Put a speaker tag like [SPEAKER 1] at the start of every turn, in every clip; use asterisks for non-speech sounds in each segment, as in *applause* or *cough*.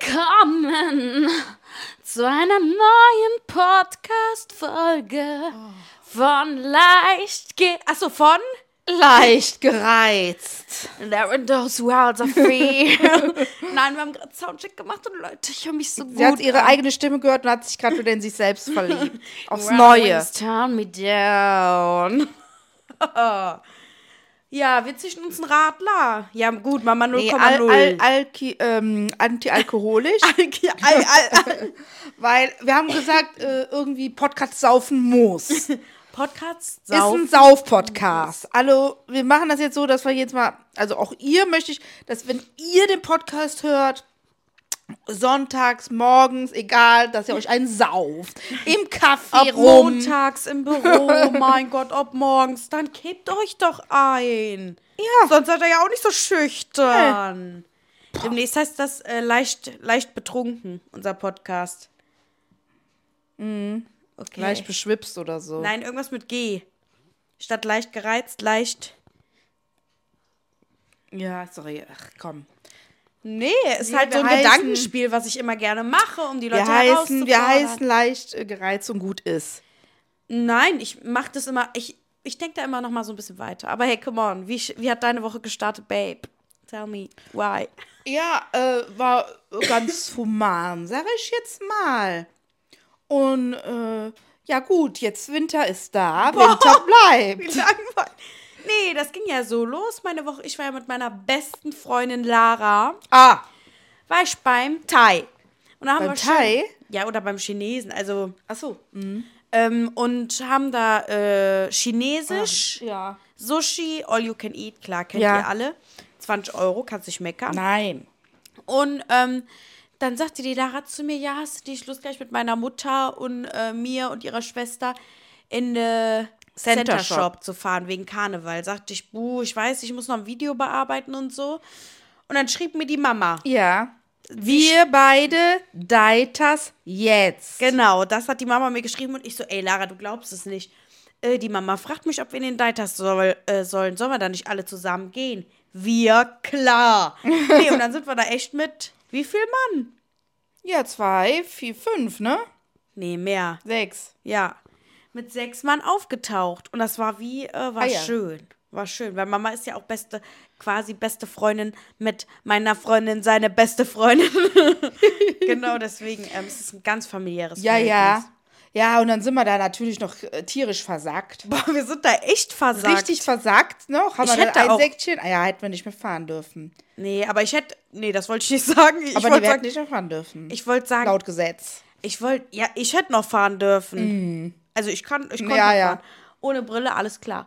[SPEAKER 1] Willkommen zu einer neuen Podcast-Folge von Leicht ge Achso, von
[SPEAKER 2] Leicht gereizt.
[SPEAKER 1] There in those worlds of fear. *laughs* Nein, wir haben gerade Soundcheck gemacht und Leute, ich höre mich so gut.
[SPEAKER 2] Sie hat ihre eigene Stimme gehört und hat sich gerade wieder in sich selbst *laughs* verliebt. Aufs
[SPEAKER 1] Runways
[SPEAKER 2] Neue.
[SPEAKER 1] Turn me down. *laughs* ja, wir zischen uns einen Radler. Ja, gut, Mama 0,0.
[SPEAKER 2] Nee, al al alki ähm, *laughs* antialkoholisch,
[SPEAKER 1] Al- al- al-
[SPEAKER 2] *laughs* weil wir haben gesagt, äh, irgendwie Podcast saufen *laughs* muss.
[SPEAKER 1] Podcast
[SPEAKER 2] Ist ein Sauf-Podcast. Also, wir machen das jetzt so, dass wir jetzt mal, also auch ihr möchte ich, dass wenn ihr den Podcast hört, sonntags, morgens, egal, dass ihr euch einen sauft. Im Kaffee
[SPEAKER 1] Ob
[SPEAKER 2] rum.
[SPEAKER 1] montags im Büro,
[SPEAKER 2] *laughs*
[SPEAKER 1] mein Gott, ob morgens, dann kippt euch doch ein.
[SPEAKER 2] Ja.
[SPEAKER 1] Sonst seid ihr ja auch nicht so schüchtern. Demnächst heißt das äh, leicht, leicht betrunken, unser Podcast.
[SPEAKER 2] Mhm.
[SPEAKER 1] Okay.
[SPEAKER 2] Leicht beschwipst oder so.
[SPEAKER 1] Nein, irgendwas mit G. Statt leicht gereizt, leicht.
[SPEAKER 2] Ja, sorry, ach komm.
[SPEAKER 1] Nee, ist
[SPEAKER 2] Nee,
[SPEAKER 1] halt so
[SPEAKER 2] wir
[SPEAKER 1] ein
[SPEAKER 2] heißen-
[SPEAKER 1] Gedankenspiel, was ich immer gerne mache, um die Leute
[SPEAKER 2] Wir heißen, wir
[SPEAKER 1] herauszufordern.
[SPEAKER 2] heißen leicht äh, gereizt und gut ist.
[SPEAKER 1] Nein, ich mach das immer, ich, ich denke da immer noch mal so ein bisschen weiter. Aber hey, come on, wie, sch- wie hat deine Woche gestartet, Babe? Tell me, why?
[SPEAKER 2] Ja, äh, war ganz *clears throat* human, sag ich jetzt mal. Und äh, ja gut, jetzt Winter ist da, *laughs* Winter bleibt.
[SPEAKER 1] Langweilig. Nee, das ging ja so los. Meine Woche, ich war ja mit meiner besten Freundin Lara,
[SPEAKER 2] Ah,
[SPEAKER 1] war ich beim Thai. Und da haben
[SPEAKER 2] Beim
[SPEAKER 1] wir schon-
[SPEAKER 2] Thai?
[SPEAKER 1] Ja, oder beim Chinesen, also.
[SPEAKER 2] ach so. mhm.
[SPEAKER 1] Ähm, und haben da äh, Chinesisch,
[SPEAKER 2] Ja.
[SPEAKER 1] Sushi, All You Can Eat, klar, kennt
[SPEAKER 2] Ah. Ja.
[SPEAKER 1] ihr alle. 20 Euro, kannst dich meckern.
[SPEAKER 2] Nein.
[SPEAKER 1] Und ähm, dann sagte die Lara zu mir, ja, hast du dich Lust gleich mit meiner Mutter und äh, mir und ihrer Schwester in den Center,
[SPEAKER 2] Center
[SPEAKER 1] Shop.
[SPEAKER 2] Shop.
[SPEAKER 1] zu fahren wegen Karneval? Sagte ich, buh, ich weiß, ich muss noch ein Video bearbeiten und so. Und dann schrieb mir die Mama.
[SPEAKER 2] Ja. Wir beide Deitas jetzt.
[SPEAKER 1] Genau, das hat die Mama mir geschrieben und ich so, ey Lara, du glaubst es nicht. Äh, die Mama fragt mich, ob wir in den Deiters soll, äh, sollen. Sollen wir da nicht alle zusammen gehen? Wir, *laughs* klar. nee, und dann sind wir da echt mit, wie viel Mann?
[SPEAKER 2] Ja, zwei, vier, fünf, ne?
[SPEAKER 1] Nee, mehr.
[SPEAKER 2] Sechs.
[SPEAKER 1] Ja. Mit sechs Mann aufgetaucht. Und das war wie, äh, war
[SPEAKER 2] Ah, ja.
[SPEAKER 1] schön. War schön, weil Mama ist ja auch beste, quasi beste Freundin mit meiner Freundin, seine beste Freundin. *laughs* genau deswegen, ähm, es ist ein ganz familiäres
[SPEAKER 2] Ja, ja.
[SPEAKER 1] Verhältnis.
[SPEAKER 2] Ja, und dann sind wir da natürlich noch äh, tierisch versackt.
[SPEAKER 1] Boah, wir sind da echt versagt.
[SPEAKER 2] Richtig versackt noch. Haben
[SPEAKER 1] Ich
[SPEAKER 2] wir
[SPEAKER 1] hätte
[SPEAKER 2] dann ein
[SPEAKER 1] auch-
[SPEAKER 2] Säckchen? Ah ja, hätten wir nicht mehr fahren dürfen.
[SPEAKER 1] Nee, aber ich hätte, nee, das wollte ich nicht *laughs* sagen. Ich
[SPEAKER 2] Aber
[SPEAKER 1] wollte
[SPEAKER 2] die hätten
[SPEAKER 1] sagen,
[SPEAKER 2] nicht mehr fahren dürfen.
[SPEAKER 1] ich wollte sagen,
[SPEAKER 2] Laut Gesetz.
[SPEAKER 1] ich wollte, ja, ich hätte noch fahren dürfen. Also ich kann, ich konnte
[SPEAKER 2] Mhm. Ja,
[SPEAKER 1] noch
[SPEAKER 2] ja.
[SPEAKER 1] fahren. Ohne Brille, alles
[SPEAKER 2] *laughs*
[SPEAKER 1] klar.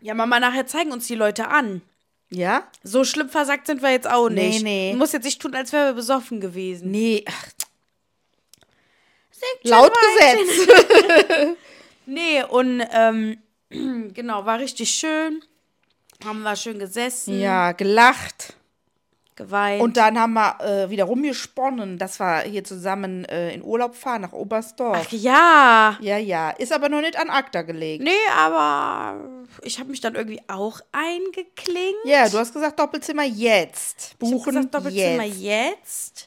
[SPEAKER 1] ja, Mama, nachher zeigen uns die Leute an.
[SPEAKER 2] Ja?
[SPEAKER 1] So schlimm versagt sind wir jetzt auch
[SPEAKER 2] Nee,
[SPEAKER 1] nicht.
[SPEAKER 2] nee.
[SPEAKER 1] Muss jetzt nicht tun, als wären wir besoffen gewesen.
[SPEAKER 2] Nee. ach, Laut Gesetz.
[SPEAKER 1] Nee, und ähm, *clears throat* genau, war richtig schön. Haben wir schön gesessen,
[SPEAKER 2] Ja, gelacht.
[SPEAKER 1] geweint.
[SPEAKER 2] Und dann haben wir äh, wieder rumgesponnen, dass wir hier zusammen äh, in Urlaub fahren nach Oberstdorf.
[SPEAKER 1] Ach ja.
[SPEAKER 2] Ja, ja. Ist aber noch nicht an Akta gelegt.
[SPEAKER 1] Nee, aber ich habe mich dann irgendwie auch eingeklingt.
[SPEAKER 2] Ja, du hast gesagt Doppelzimmer jetzt.
[SPEAKER 1] Ich hab
[SPEAKER 2] Buchen
[SPEAKER 1] gesagt, Doppelzimmer
[SPEAKER 2] jetzt.
[SPEAKER 1] jetzt.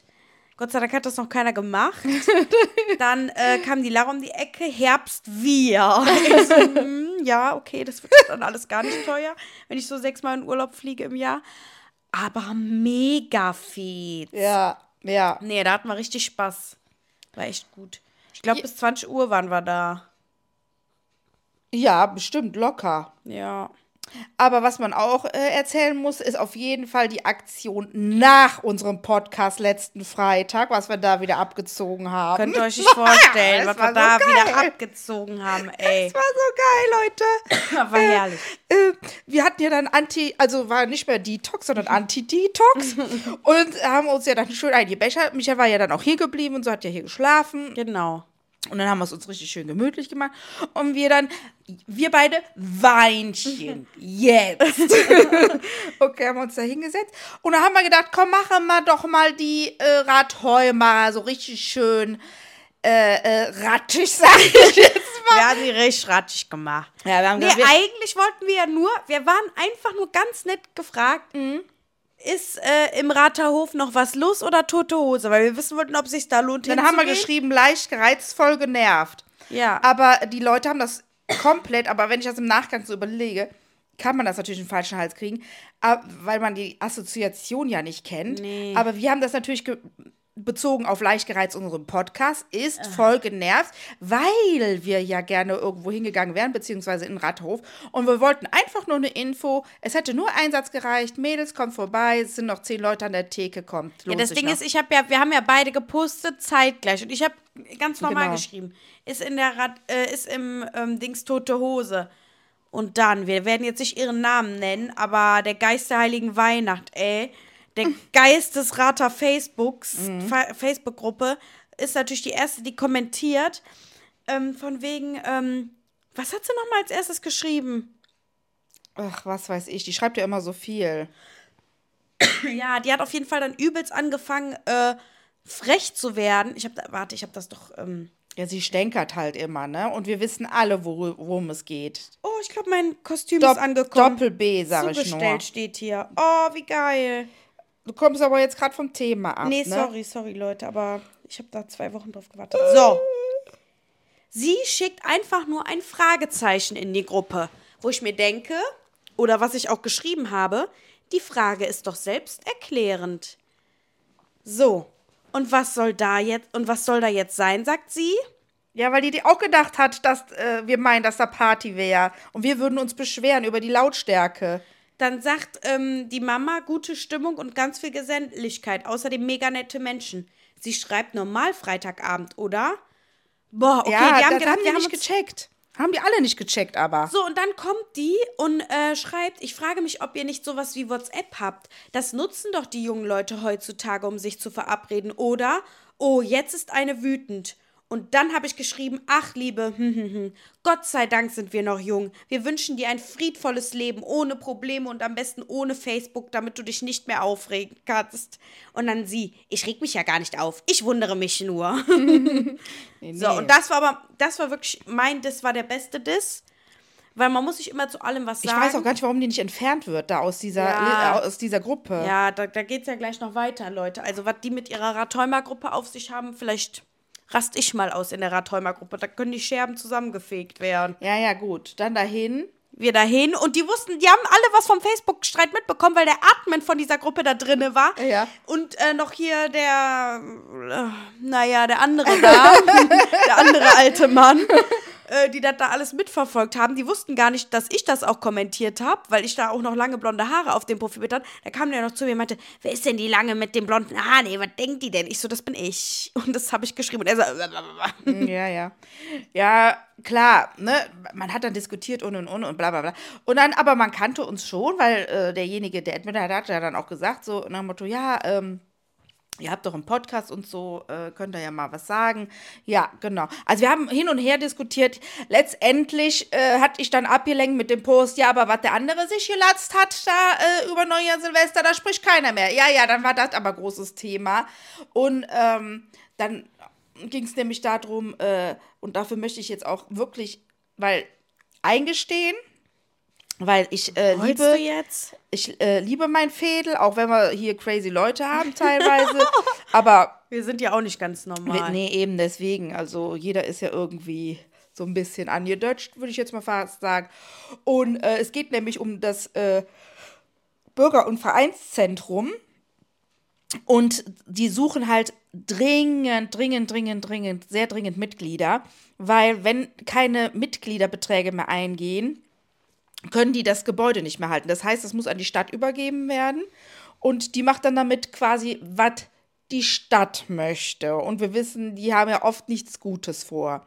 [SPEAKER 1] Gott sei Dank hat das noch keiner gemacht.
[SPEAKER 2] *laughs*
[SPEAKER 1] Dann äh, kam die Lara um die Ecke, Herbst
[SPEAKER 2] *laughs*
[SPEAKER 1] wir. Ich so, hm, ja, okay, das wird dann alles gar nicht teuer, wenn ich so sechsmal in Urlaub fliege im Jahr. Aber mega viel.
[SPEAKER 2] Ja, ja.
[SPEAKER 1] Nee, da hatten wir richtig Spaß. War echt gut. Ich glaube, bis 20 Uhr waren wir da.
[SPEAKER 2] Ja, bestimmt locker.
[SPEAKER 1] Ja.
[SPEAKER 2] Aber was man auch äh, erzählen muss, ist auf jeden Fall die Aktion nach unserem Podcast letzten Freitag, was wir da wieder abgezogen haben.
[SPEAKER 1] Könnt ihr euch
[SPEAKER 2] *laughs*
[SPEAKER 1] nicht vorstellen,
[SPEAKER 2] Das
[SPEAKER 1] was wir da
[SPEAKER 2] war so
[SPEAKER 1] wieder
[SPEAKER 2] geil.
[SPEAKER 1] abgezogen haben, ey.
[SPEAKER 2] Das war so geil, Leute.
[SPEAKER 1] War herrlich.
[SPEAKER 2] *laughs* Äh, wir hatten ja dann Anti, also war nicht mehr Detox, sondern Anti-Detox. und haben uns ja dann schön eingebechert. Micha war ja dann auch hier geblieben und so hat ja hier geschlafen.
[SPEAKER 1] Genau.
[SPEAKER 2] Und dann haben wir es uns richtig schön gemütlich gemacht. Und wir dann, wir beide *laughs* Weinchen. Jetzt. *laughs* okay, haben wir uns da hingesetzt. Und dann haben wir gedacht, komm, machen wir doch mal die äh, Radhäumer so richtig schön äh, äh, rattig, sag ich jetzt.
[SPEAKER 1] Wir haben die richtig rattig gemacht.
[SPEAKER 2] Ja, wir haben
[SPEAKER 1] Nee,
[SPEAKER 2] gesagt, wir- Mhm.
[SPEAKER 1] eigentlich wollten wir ja nur, wir waren einfach nur ganz nett gefragt. ist äh, im Ratterhof noch was los oder tote Hose? Weil wir wissen wollten, ob sich da lohnt.
[SPEAKER 2] Dann haben wir
[SPEAKER 1] hinzugehen.
[SPEAKER 2] geschrieben, leicht gereizt, voll genervt.
[SPEAKER 1] Ja.
[SPEAKER 2] Aber die Leute haben das komplett, aber wenn ich das im Nachgang so überlege, kann man das natürlich einen falschen Hals kriegen, ab- weil man die Assoziation ja nicht kennt.
[SPEAKER 1] Nee.
[SPEAKER 2] Aber wir haben das natürlich ge- bezogen auf leicht gereizt unserem Podcast,
[SPEAKER 1] Äh.
[SPEAKER 2] ist voll genervt, weil wir ja gerne irgendwo hingegangen wären, beziehungsweise in den Rathof. Und wir wollten einfach nur eine Info. Es hätte nur ein Satz gereicht. Mädels, kommt vorbei. Es sind noch zehn Leute an der Theke, kommt.
[SPEAKER 1] Ja,
[SPEAKER 2] lohnt
[SPEAKER 1] das
[SPEAKER 2] sich
[SPEAKER 1] Ding
[SPEAKER 2] noch.
[SPEAKER 1] ist, ich habe ja, wir haben ja beide gepostet zeitgleich und ich habe ganz normal
[SPEAKER 2] Genau.
[SPEAKER 1] geschrieben. Ist in der Rad, äh, ist im ähm, Dings tote Hose. Und dann, wir werden jetzt nicht ihren Namen nennen, aber der Geist der Heiligen Weihnacht, ey,
[SPEAKER 2] *laughs*
[SPEAKER 1] der Geist des Rater Facebooks,
[SPEAKER 2] Mhm.
[SPEAKER 1] Fa- Facebook-Gruppe, ist natürlich die erste, die kommentiert. Ähm, von wegen, ähm, was hat sie nochmal als erstes geschrieben?
[SPEAKER 2] Ach, was weiß ich. Die schreibt ja immer so viel.
[SPEAKER 1] Ja, die hat auf jeden Fall dann übelst angefangen, äh, frech zu werden. Ich habe, warte, ich habe das doch. Ähm,
[SPEAKER 2] Ja, sie stänkert halt immer, ne? Und wir wissen alle, worü- worum es geht.
[SPEAKER 1] oh, ich glaube, mein Kostüm
[SPEAKER 2] Dopp-
[SPEAKER 1] ist angekommen.
[SPEAKER 2] Doppel B, sag ich nur.
[SPEAKER 1] Zugestellt steht hier. Oh, wie geil.
[SPEAKER 2] Du kommst aber jetzt gerade vom Thema ab.
[SPEAKER 1] nee,
[SPEAKER 2] ne?
[SPEAKER 1] sorry, sorry, Leute, aber ich habe da zwei Wochen drauf gewartet. So. Sie schickt einfach nur ein Fragezeichen in die Gruppe, wo ich mir denke, oder was ich auch geschrieben habe, die Frage ist doch selbsterklärend. So, und was soll da jetzt und was soll da jetzt sein, sagt sie?
[SPEAKER 2] Ja, weil die, die auch gedacht hat, dass äh, wir meinen, dass da Party wäre. Und wir würden uns beschweren über die Lautstärke.
[SPEAKER 1] Dann sagt ähm, die Mama gute Stimmung und ganz viel Geselligkeit. Außerdem mega nette Menschen. Sie schreibt normal Freitagabend, oder? Boah, okay,
[SPEAKER 2] ja,
[SPEAKER 1] die haben
[SPEAKER 2] das
[SPEAKER 1] gedacht,
[SPEAKER 2] haben die
[SPEAKER 1] wir haben
[SPEAKER 2] nicht
[SPEAKER 1] uns
[SPEAKER 2] gecheckt. Haben die alle nicht gecheckt, aber.
[SPEAKER 1] so, und dann kommt die und äh, schreibt, ich frage mich, ob ihr nicht sowas wie WhatsApp habt. Das nutzen doch die jungen Leute heutzutage, um sich zu verabreden. Oder, oh, jetzt ist eine wütend. Und dann habe ich geschrieben, ach liebe, *laughs* hm, hm, hm, Gott sei Dank sind wir noch jung. Wir wünschen dir ein friedvolles Leben, ohne Probleme und am besten ohne Facebook, damit du dich nicht mehr aufregen kannst. Und dann sie, ich reg mich ja gar nicht auf, ich wundere mich nur.
[SPEAKER 2] Nee,
[SPEAKER 1] So, und das war aber, das war wirklich mein, das war der beste Diss. Weil man muss sich immer zu allem was
[SPEAKER 2] ich
[SPEAKER 1] sagen.
[SPEAKER 2] weiß auch gar nicht, warum die nicht entfernt wird, da aus dieser,
[SPEAKER 1] Ja.
[SPEAKER 2] äh, aus dieser Gruppe.
[SPEAKER 1] ja, da, da geht es ja gleich noch weiter, Leute. Also, was die mit ihrer Rathäumer-Gruppe auf sich haben, vielleicht rast ich mal aus in der Rathäumer-Gruppe. Da können die Scherben zusammengefegt werden.
[SPEAKER 2] ja, ja, gut. Dann dahin.
[SPEAKER 1] Wir dahin und die wussten, die haben alle was vom Facebook-Streit mitbekommen, weil der Atmen von dieser Gruppe da drinne war.
[SPEAKER 2] Ja.
[SPEAKER 1] Und äh, noch hier der, äh, naja, der andere
[SPEAKER 2] *laughs*
[SPEAKER 1] da, der andere alte Mann, äh, die das da alles mitverfolgt haben, die wussten gar nicht, dass ich das auch kommentiert habe, weil ich da auch noch lange blonde Haare auf dem Profilbild hatte. Da kam der noch zu mir und meinte, wer ist denn die lange mit den blonden Haaren? Ey, was denkt die denn? Ich so, das bin ich. Und das habe ich geschrieben. Und er so, *laughs*
[SPEAKER 2] *laughs* Ja, ja. Ja, klar, ne? Man hat dann diskutiert und und und und bla bla bla. Und dann, aber man kannte uns schon, weil äh, derjenige, der Edmund hat, hat ja dann auch gesagt, so nach dem Motto, ja, ähm, ihr habt doch einen Podcast und so, äh, könnt ihr ja mal was sagen. Ja, genau. Also wir haben hin und her diskutiert. Letztendlich äh, hatte ich dann abgelenkt mit dem Post, ja, aber was der andere sich gelatzt hat, da äh, über Neujahr Silvester, da spricht keiner mehr. Ja, ja, dann war das aber großes Thema. Und ähm, dann ging es nämlich darum, äh, und dafür möchte ich jetzt auch wirklich, weil eingestehen, weil ich äh,
[SPEAKER 1] Heulst
[SPEAKER 2] liebe
[SPEAKER 1] du jetzt?
[SPEAKER 2] ich äh, liebe mein Fädel, auch wenn wir hier crazy Leute haben teilweise. aber
[SPEAKER 1] Wir sind ja auch nicht ganz normal.
[SPEAKER 2] nee, eben deswegen. Also jeder ist ja irgendwie so ein bisschen angedeutscht, würde ich jetzt mal fast sagen. Und äh, es geht nämlich um das äh, Bürger- und Vereinszentrum. Und die suchen halt dringend, dringend, dringend, dringend, sehr dringend Mitglieder, weil wenn keine Mitgliederbeträge mehr eingehen, können die das Gebäude nicht mehr halten. Das heißt, es muss an die Stadt übergeben werden und die macht dann damit quasi, was die Stadt möchte. Und wir wissen, die haben ja oft nichts Gutes vor.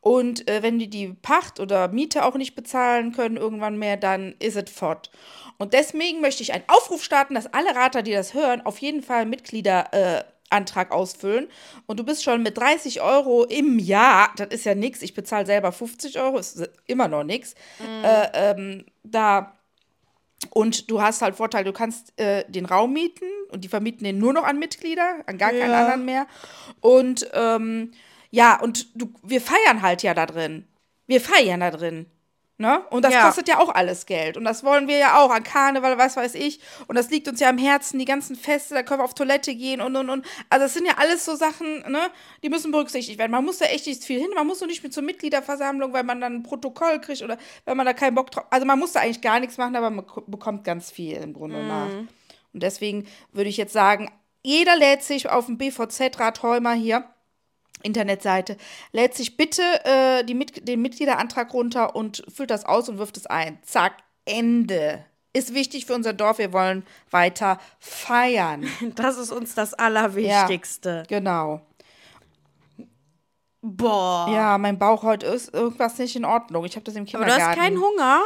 [SPEAKER 2] Und äh, wenn die die Pacht oder Miete auch nicht bezahlen können irgendwann mehr, dann ist es fort. Und deswegen möchte ich einen Aufruf starten, dass alle Rater, die das hören, auf jeden Fall einen Mitgliederantrag äh, Antrag ausfüllen. Und du bist schon mit 30 Euro im Jahr, das ist ja nichts, ich bezahle selber 50 Euro, ist immer noch nichts, äh, ähm, da und du hast halt Vorteil, du kannst äh, den Raum mieten und die vermieten den nur noch an Mitglieder, an gar keinen
[SPEAKER 1] Ja.
[SPEAKER 2] anderen mehr. Und ähm, ja, und du, wir feiern halt ja da drin. Wir feiern da drin. Ne? Und das
[SPEAKER 1] Ja.
[SPEAKER 2] kostet ja auch alles Geld. Und das wollen wir ja auch an Karneval, was weiß ich. Und das liegt uns ja am Herzen, die ganzen Feste, da können wir auf Toilette gehen und und und. Also, das sind ja alles so Sachen, ne? die müssen berücksichtigt werden. Man muss da echt nicht viel hin. Man muss nur nicht mit zur Mitgliederversammlung, weil man dann ein Protokoll kriegt oder wenn man da keinen Bock drauf Also, man muss da eigentlich gar nichts machen, aber man k- bekommt ganz viel im Grunde nach. Und deswegen würde ich jetzt sagen, jeder lädt sich auf dem BVZ-Rat Heumer hier. Internetseite. Lädt sich bitte äh, die Mit den Mitgliederantrag runter und füllt das aus und wirft es ein. Zack, Ende. Ist wichtig für unser Dorf. Wir wollen weiter
[SPEAKER 1] *laughs*
[SPEAKER 2] feiern.
[SPEAKER 1] Das ist uns das Allerwichtigste.
[SPEAKER 2] Genau.
[SPEAKER 1] Boah.
[SPEAKER 2] Ja, mein Bauch heute ist irgendwas nicht in Ordnung. Ich habe das im
[SPEAKER 1] Oh. Aber du
[SPEAKER 2] Kindergarten.
[SPEAKER 1] hast keinen Hunger?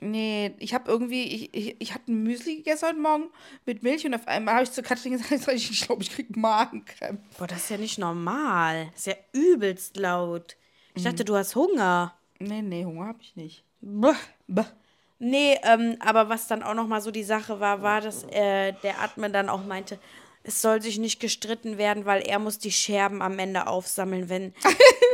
[SPEAKER 2] Nee, ich habe irgendwie, ich, ich, ich hatte ein Müsli gegessen heute Morgen mit Milch und auf einmal habe ich zu Katrin gesagt, *laughs* ich glaube, ich kriege Magenkrämpfe.
[SPEAKER 1] Boah, das ist ja nicht normal. Das ist ja übelst laut. Ich dachte, du hast Hunger.
[SPEAKER 2] Nee, nee, Hunger habe ich nicht.
[SPEAKER 1] Buh.
[SPEAKER 2] Bäh.
[SPEAKER 1] Nee, ähm, aber was dann auch nochmal so die Sache war, war, dass äh, der Admin dann auch meinte, es soll sich nicht gestritten werden, weil er muss die Scherben am Ende aufsammeln, *laughs* wenn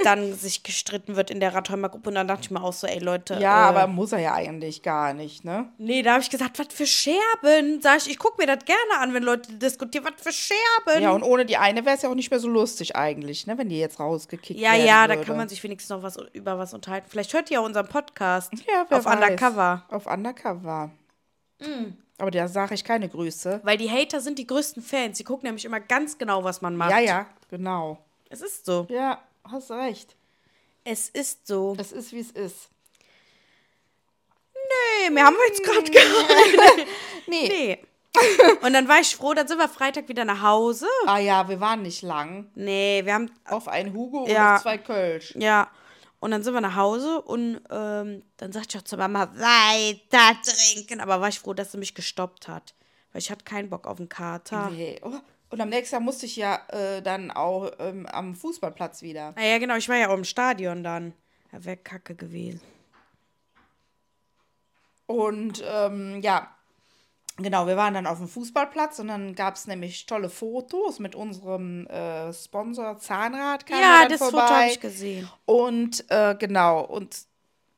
[SPEAKER 1] dann sich gestritten wird in der Rathheimer Gruppe. Und dann dachte ich mir auch so, ey Leute.
[SPEAKER 2] Ja,
[SPEAKER 1] äh,
[SPEAKER 2] aber muss er ja eigentlich gar nicht, ne?
[SPEAKER 1] Nee, da habe ich gesagt, was für Scherben? Sag ich, ich gucke mir das gerne an, wenn Leute diskutieren, was für Scherben?
[SPEAKER 2] Ja, und ohne die eine wäre es ja auch nicht mehr so lustig eigentlich, ne, wenn die jetzt rausgekickt
[SPEAKER 1] Ja,
[SPEAKER 2] werden
[SPEAKER 1] ja, da
[SPEAKER 2] würde.
[SPEAKER 1] kann man sich wenigstens noch was über was unterhalten. Vielleicht hört ihr ja unseren Podcast
[SPEAKER 2] ja, wer
[SPEAKER 1] auf
[SPEAKER 2] weiß.
[SPEAKER 1] Undercover. Mhm.
[SPEAKER 2] Auf Undercover. Aber da sage ich keine Grüße.
[SPEAKER 1] Weil die Hater sind die größten Fans. Sie gucken nämlich immer ganz genau, was man macht.
[SPEAKER 2] Ja, ja, genau.
[SPEAKER 1] Es ist so.
[SPEAKER 2] Ja, hast recht.
[SPEAKER 1] Es ist so.
[SPEAKER 2] Es ist, wie es ist.
[SPEAKER 1] Nee, mehr haben wir jetzt gerade gehabt.
[SPEAKER 2] Nee.
[SPEAKER 1] Nee.
[SPEAKER 2] *laughs*
[SPEAKER 1] Und dann war ich froh, dann sind wir Freitag wieder nach Hause.
[SPEAKER 2] Ah ja, wir waren nicht lang.
[SPEAKER 1] Nee, wir haben,
[SPEAKER 2] Auf ein Hugo und
[SPEAKER 1] Ja.
[SPEAKER 2] auf zwei Kölsch.
[SPEAKER 1] ja. Und dann sind wir nach Hause und ähm, dann sagte ich auch zu Mama, weiter trinken. Aber war ich froh, dass sie mich gestoppt hat. Weil ich hatte keinen Bock auf den Kater.
[SPEAKER 2] Nee. Oh. Und am nächsten Tag musste ich ja äh, dann auch ähm, am Fußballplatz wieder.
[SPEAKER 1] Ah ja, genau, ich war ja auch im Stadion dann. Ja, wäre kacke gewesen.
[SPEAKER 2] Und ähm, ja, genau, wir waren dann auf dem Fußballplatz und dann gab es nämlich tolle Fotos mit unserem äh, Sponsor Zahnrad. Kam
[SPEAKER 1] Ja,
[SPEAKER 2] dann
[SPEAKER 1] das
[SPEAKER 2] vorbei.
[SPEAKER 1] Foto habe ich gesehen.
[SPEAKER 2] Und äh, genau, und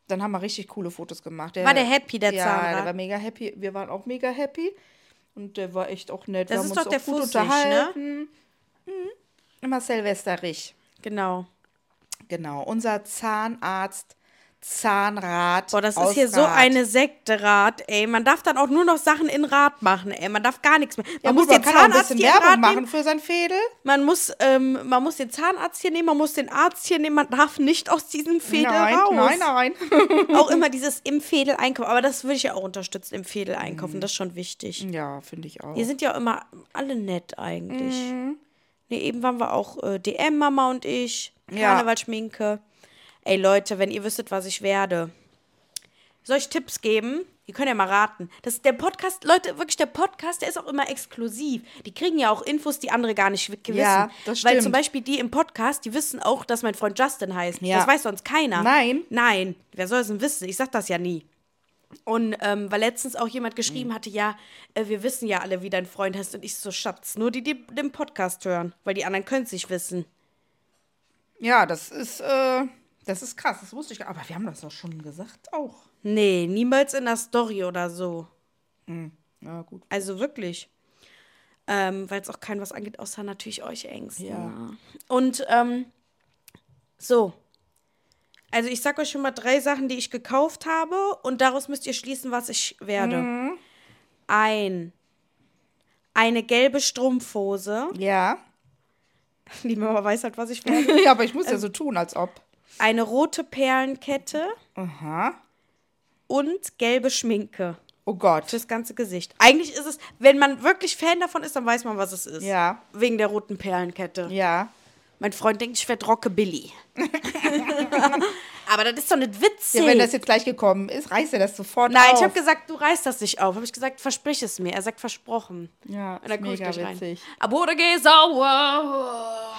[SPEAKER 2] dann haben wir richtig coole Fotos gemacht.
[SPEAKER 1] War der happy, der
[SPEAKER 2] ja,
[SPEAKER 1] Zahnrad?
[SPEAKER 2] der war mega happy. Wir waren auch mega happy. Und der war echt auch nett.
[SPEAKER 1] Das
[SPEAKER 2] wir
[SPEAKER 1] ist
[SPEAKER 2] haben
[SPEAKER 1] doch
[SPEAKER 2] uns
[SPEAKER 1] der
[SPEAKER 2] auch gut
[SPEAKER 1] Fussig, ne?
[SPEAKER 2] unterhalten. Mhm. Immer Silvesterich.
[SPEAKER 1] Genau.
[SPEAKER 2] Genau, unser Zahnarzt, Zahnrad.
[SPEAKER 1] Boah, das
[SPEAKER 2] aus
[SPEAKER 1] ist hier so
[SPEAKER 2] Rath.
[SPEAKER 1] eine Sekte, Rat. Ey, man darf dann auch nur noch Sachen in Rat machen, ey. Man darf gar nichts mehr. Man
[SPEAKER 2] Ja,
[SPEAKER 1] muss
[SPEAKER 2] muss
[SPEAKER 1] den
[SPEAKER 2] man kann auch ein
[SPEAKER 1] Zahnarzt
[SPEAKER 2] bisschen
[SPEAKER 1] hier in Rat
[SPEAKER 2] Werbung
[SPEAKER 1] nehmen.
[SPEAKER 2] machen für sein Fädel.
[SPEAKER 1] Man muss, ähm, man muss den Zahnarzt hier nehmen, man muss den Arzt hier nehmen, man darf nicht aus diesem Fädel raus.
[SPEAKER 2] nein, nein. *laughs*
[SPEAKER 1] Auch immer dieses im Fädel einkaufen. Aber das würde ich ja auch unterstützen, im Fädel einkaufen. Das ist schon wichtig.
[SPEAKER 2] Ja, finde ich auch.
[SPEAKER 1] Wir sind ja immer alle nett eigentlich.
[SPEAKER 2] Mhm.
[SPEAKER 1] Nee, eben waren wir auch äh, DM, Mama und ich.
[SPEAKER 2] Ja.
[SPEAKER 1] Karnevalschminke. Ey Leute, wenn ihr wüsstet, was ich werde. Soll ich Tipps geben? Ihr könnt ja mal raten. Das ist der Podcast, Leute, wirklich der Podcast, der ist auch immer exklusiv. Die kriegen ja auch Infos, die andere gar nicht wissen.
[SPEAKER 2] Ja, das
[SPEAKER 1] Weil
[SPEAKER 2] stimmt.
[SPEAKER 1] zum Beispiel die im Podcast, die wissen auch, dass mein Freund Justin heißt.
[SPEAKER 2] Ja.
[SPEAKER 1] Das weiß sonst keiner.
[SPEAKER 2] Nein.
[SPEAKER 1] Nein. Wer soll es denn wissen? Ich sag das ja nie. Und ähm, weil letztens auch jemand geschrieben hatte, ja, äh, wir wissen ja alle, wie dein Freund heißt. Und ich so, Schatz, nur die, die den Podcast hören, weil die anderen können es nicht wissen.
[SPEAKER 2] Ja, das ist, äh, das ist krass, das wusste ich gar Aber wir haben das doch schon gesagt auch.
[SPEAKER 1] Nee, niemals in der Story oder so.
[SPEAKER 2] Ja, gut.
[SPEAKER 1] Also wirklich. Ähm, weil es auch kein was angeht, außer natürlich euch Ängsten.
[SPEAKER 2] Ja.
[SPEAKER 1] Und ähm, so. Also ich sag euch schon mal drei Sachen, die ich gekauft habe und daraus müsst ihr schließen, was ich werde. Ein. Eine gelbe Strumpfhose.
[SPEAKER 2] Ja.
[SPEAKER 1] *laughs*
[SPEAKER 2] *laughs*
[SPEAKER 1] Die Mama weiß halt, was ich werde.
[SPEAKER 2] ja, aber ich muss
[SPEAKER 1] Also
[SPEAKER 2] ja so tun, als ob.
[SPEAKER 1] Eine rote Perlenkette
[SPEAKER 2] Aha.
[SPEAKER 1] und gelbe Schminke
[SPEAKER 2] Oh Gott.
[SPEAKER 1] fürs ganze Gesicht. Eigentlich ist es, wenn man wirklich Fan davon ist, dann weiß man, was es ist.
[SPEAKER 2] Ja.
[SPEAKER 1] Wegen der roten Perlenkette.
[SPEAKER 2] Ja.
[SPEAKER 1] Mein Freund denkt, ich werde
[SPEAKER 2] *laughs*
[SPEAKER 1] Rockabilly. Aber das ist doch nicht witzig.
[SPEAKER 2] ja wenn das jetzt gleich gekommen ist, reißt er das sofort
[SPEAKER 1] Nein,
[SPEAKER 2] auf.
[SPEAKER 1] ich habe gesagt, du reißt das nicht auf. Habe ich gesagt, versprich es mir. Er sagt, versprochen.
[SPEAKER 2] Ja,
[SPEAKER 1] Und dann guck ich
[SPEAKER 2] mega
[SPEAKER 1] gleich rein.
[SPEAKER 2] witzig.
[SPEAKER 1] I wurde sauer.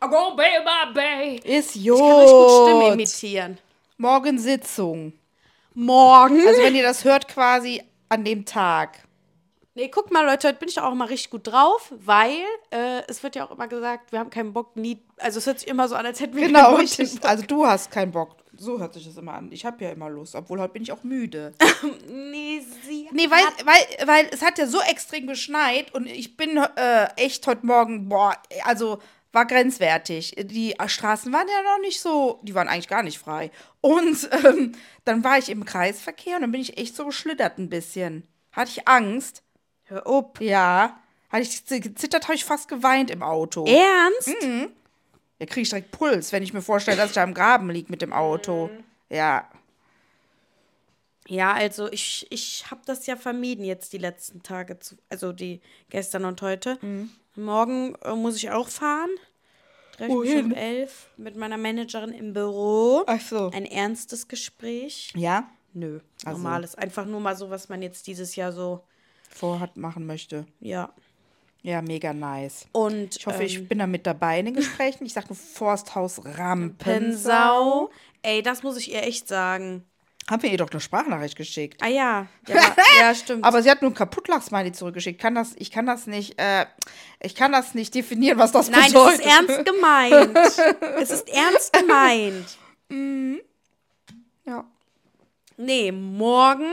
[SPEAKER 1] I'm gonna be my bae.
[SPEAKER 2] Ist
[SPEAKER 1] Ich kann richtig gut Stimme
[SPEAKER 2] Jod.
[SPEAKER 1] imitieren.
[SPEAKER 2] Morgen Sitzung.
[SPEAKER 1] Morgen.
[SPEAKER 2] Also wenn ihr das hört, quasi an
[SPEAKER 1] *laughs*
[SPEAKER 2] dem Tag.
[SPEAKER 1] Nee, guck mal, Leute, heute bin ich auch mal richtig gut drauf, weil äh, es wird ja auch immer gesagt, wir haben keinen Bock, nie. Also es hört sich immer so an, als hätten wir
[SPEAKER 2] Genau,
[SPEAKER 1] keinen Bock.
[SPEAKER 2] richtig. Also du hast keinen Bock. So hört sich das immer an. Ich habe ja immer Lust, obwohl heute bin ich auch müde.
[SPEAKER 1] Nee, sie.
[SPEAKER 2] Nee, weil, weil, weil es hat ja so extrem geschneit und ich bin äh, echt heute Morgen, boah, also war grenzwertig. Die Straßen waren ja noch nicht so, die waren eigentlich gar nicht frei. Und *laughs* ähm, dann war ich im Kreisverkehr und dann bin ich echt so geschlittert ein bisschen. Hatte ich Angst.
[SPEAKER 1] Hör ob.
[SPEAKER 2] Ja. Hatte ich gezittert, habe ich fast geweint im Auto.
[SPEAKER 1] Ernst?
[SPEAKER 2] Hm. Da kriege ich direkt Puls, wenn ich mir vorstelle, dass ich da im Graben liege mit dem Auto. Ja.
[SPEAKER 1] Ja, also ich, ich habe das ja vermieden jetzt die letzten Tage, zu, also die gestern und heute.
[SPEAKER 2] Hm.
[SPEAKER 1] Morgen äh, muss ich auch fahren. Treffe mich um
[SPEAKER 2] Wohin?
[SPEAKER 1] elf mit meiner Managerin im Büro.
[SPEAKER 2] Ach so.
[SPEAKER 1] Ein ernstes Gespräch.
[SPEAKER 2] Ja?
[SPEAKER 1] Nö,
[SPEAKER 2] Also-
[SPEAKER 1] normales. Einfach nur mal so, was man jetzt dieses Jahr so,
[SPEAKER 2] Vorhat machen möchte.
[SPEAKER 1] ja.
[SPEAKER 2] Ja, mega nice.
[SPEAKER 1] Und
[SPEAKER 2] Ich hoffe,
[SPEAKER 1] ähm,
[SPEAKER 2] ich bin da mit dabei in den Gesprächen. Ich sag nur Forsthaus Rampensau.
[SPEAKER 1] Pensau. Ey, das muss ich ihr echt sagen.
[SPEAKER 2] Haben wir ihr doch eine Sprachnachricht geschickt.
[SPEAKER 1] Ah ja,
[SPEAKER 2] *laughs*
[SPEAKER 1] ja, ja stimmt.
[SPEAKER 2] Aber sie hat nur ein Kaputtlach-Smiley zurückgeschickt. Kann das, ich kann das nicht, äh, ich kann das nicht definieren, was das
[SPEAKER 1] Nein, es
[SPEAKER 2] bedeutet.
[SPEAKER 1] ist
[SPEAKER 2] *laughs*
[SPEAKER 1] ernst gemeint. es ist ernst gemeint.
[SPEAKER 2] Ja.
[SPEAKER 1] Nee, morgen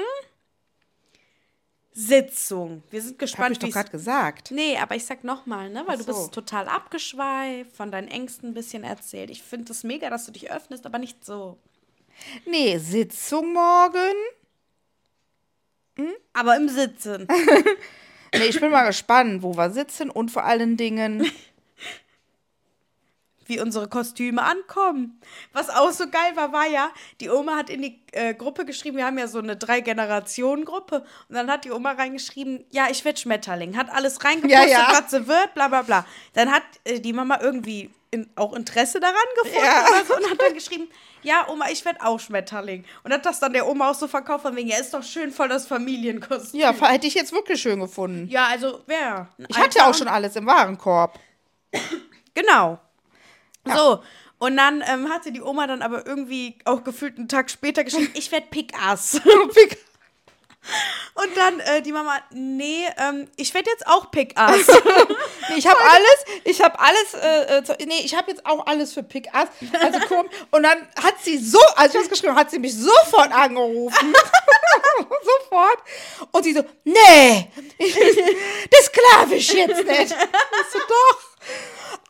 [SPEAKER 1] Sitzung. Wir sind
[SPEAKER 2] Hab ich
[SPEAKER 1] gespannt,
[SPEAKER 2] doch
[SPEAKER 1] wie
[SPEAKER 2] gerade gesagt.
[SPEAKER 1] Nee, aber ich sag nochmal, ne, weil
[SPEAKER 2] Ach
[SPEAKER 1] du
[SPEAKER 2] so.
[SPEAKER 1] bist total abgeschweift, von deinen Ängsten ein bisschen erzählt. Ich finde das mega, dass du dich öffnest, aber nicht so.
[SPEAKER 2] Nee, Sitzung morgen.
[SPEAKER 1] Aber im Sitzen.
[SPEAKER 2] Nee, ich bin mal gespannt, wo wir sitzen und vor allen Dingen.
[SPEAKER 1] wie unsere Kostüme ankommen. Was auch so geil war, war ja, die Oma hat in die äh, Gruppe geschrieben, wir haben ja so eine Drei-Generationen-Gruppe. Und dann hat die Oma reingeschrieben, ja, ich werde Schmetterling. Hat alles reingepostet,
[SPEAKER 2] Ja, ja.
[SPEAKER 1] was sie wird, bla bla bla. Dann hat äh, die Mama irgendwie in, auch Interesse daran gefunden
[SPEAKER 2] Ja.
[SPEAKER 1] oder so und hat dann geschrieben, ja, Oma, ich werde auch Schmetterling. Und hat das dann der Oma auch so verkauft, von wegen, ja, ist doch schön voll das Familienkostüm. *laughs*
[SPEAKER 2] Ja, hätte ich jetzt wirklich schön gefunden.
[SPEAKER 1] Ja, also, wer?
[SPEAKER 2] Ich hatte ja auch schon alles im Warenkorb. *laughs*
[SPEAKER 1] Genau. So. Und dann ähm, hatte die Oma dann aber irgendwie auch gefühlt einen Tag später geschrieben, ich werde Pick-Ass. Und dann äh, die Mama, nee, ähm, ich werde jetzt auch Pick-Ass.
[SPEAKER 2] *laughs* Nee, ich habe alles, ich habe alles, äh, äh, zu- nee, ich habe jetzt auch alles für Pick-Ass. Also komm, und dann hat sie so, als ich das geschrieben habe, hat sie mich sofort angerufen. *laughs* sofort. Und sie so, nee, *laughs* ich- das glaube ich jetzt nicht. Ich so, doch.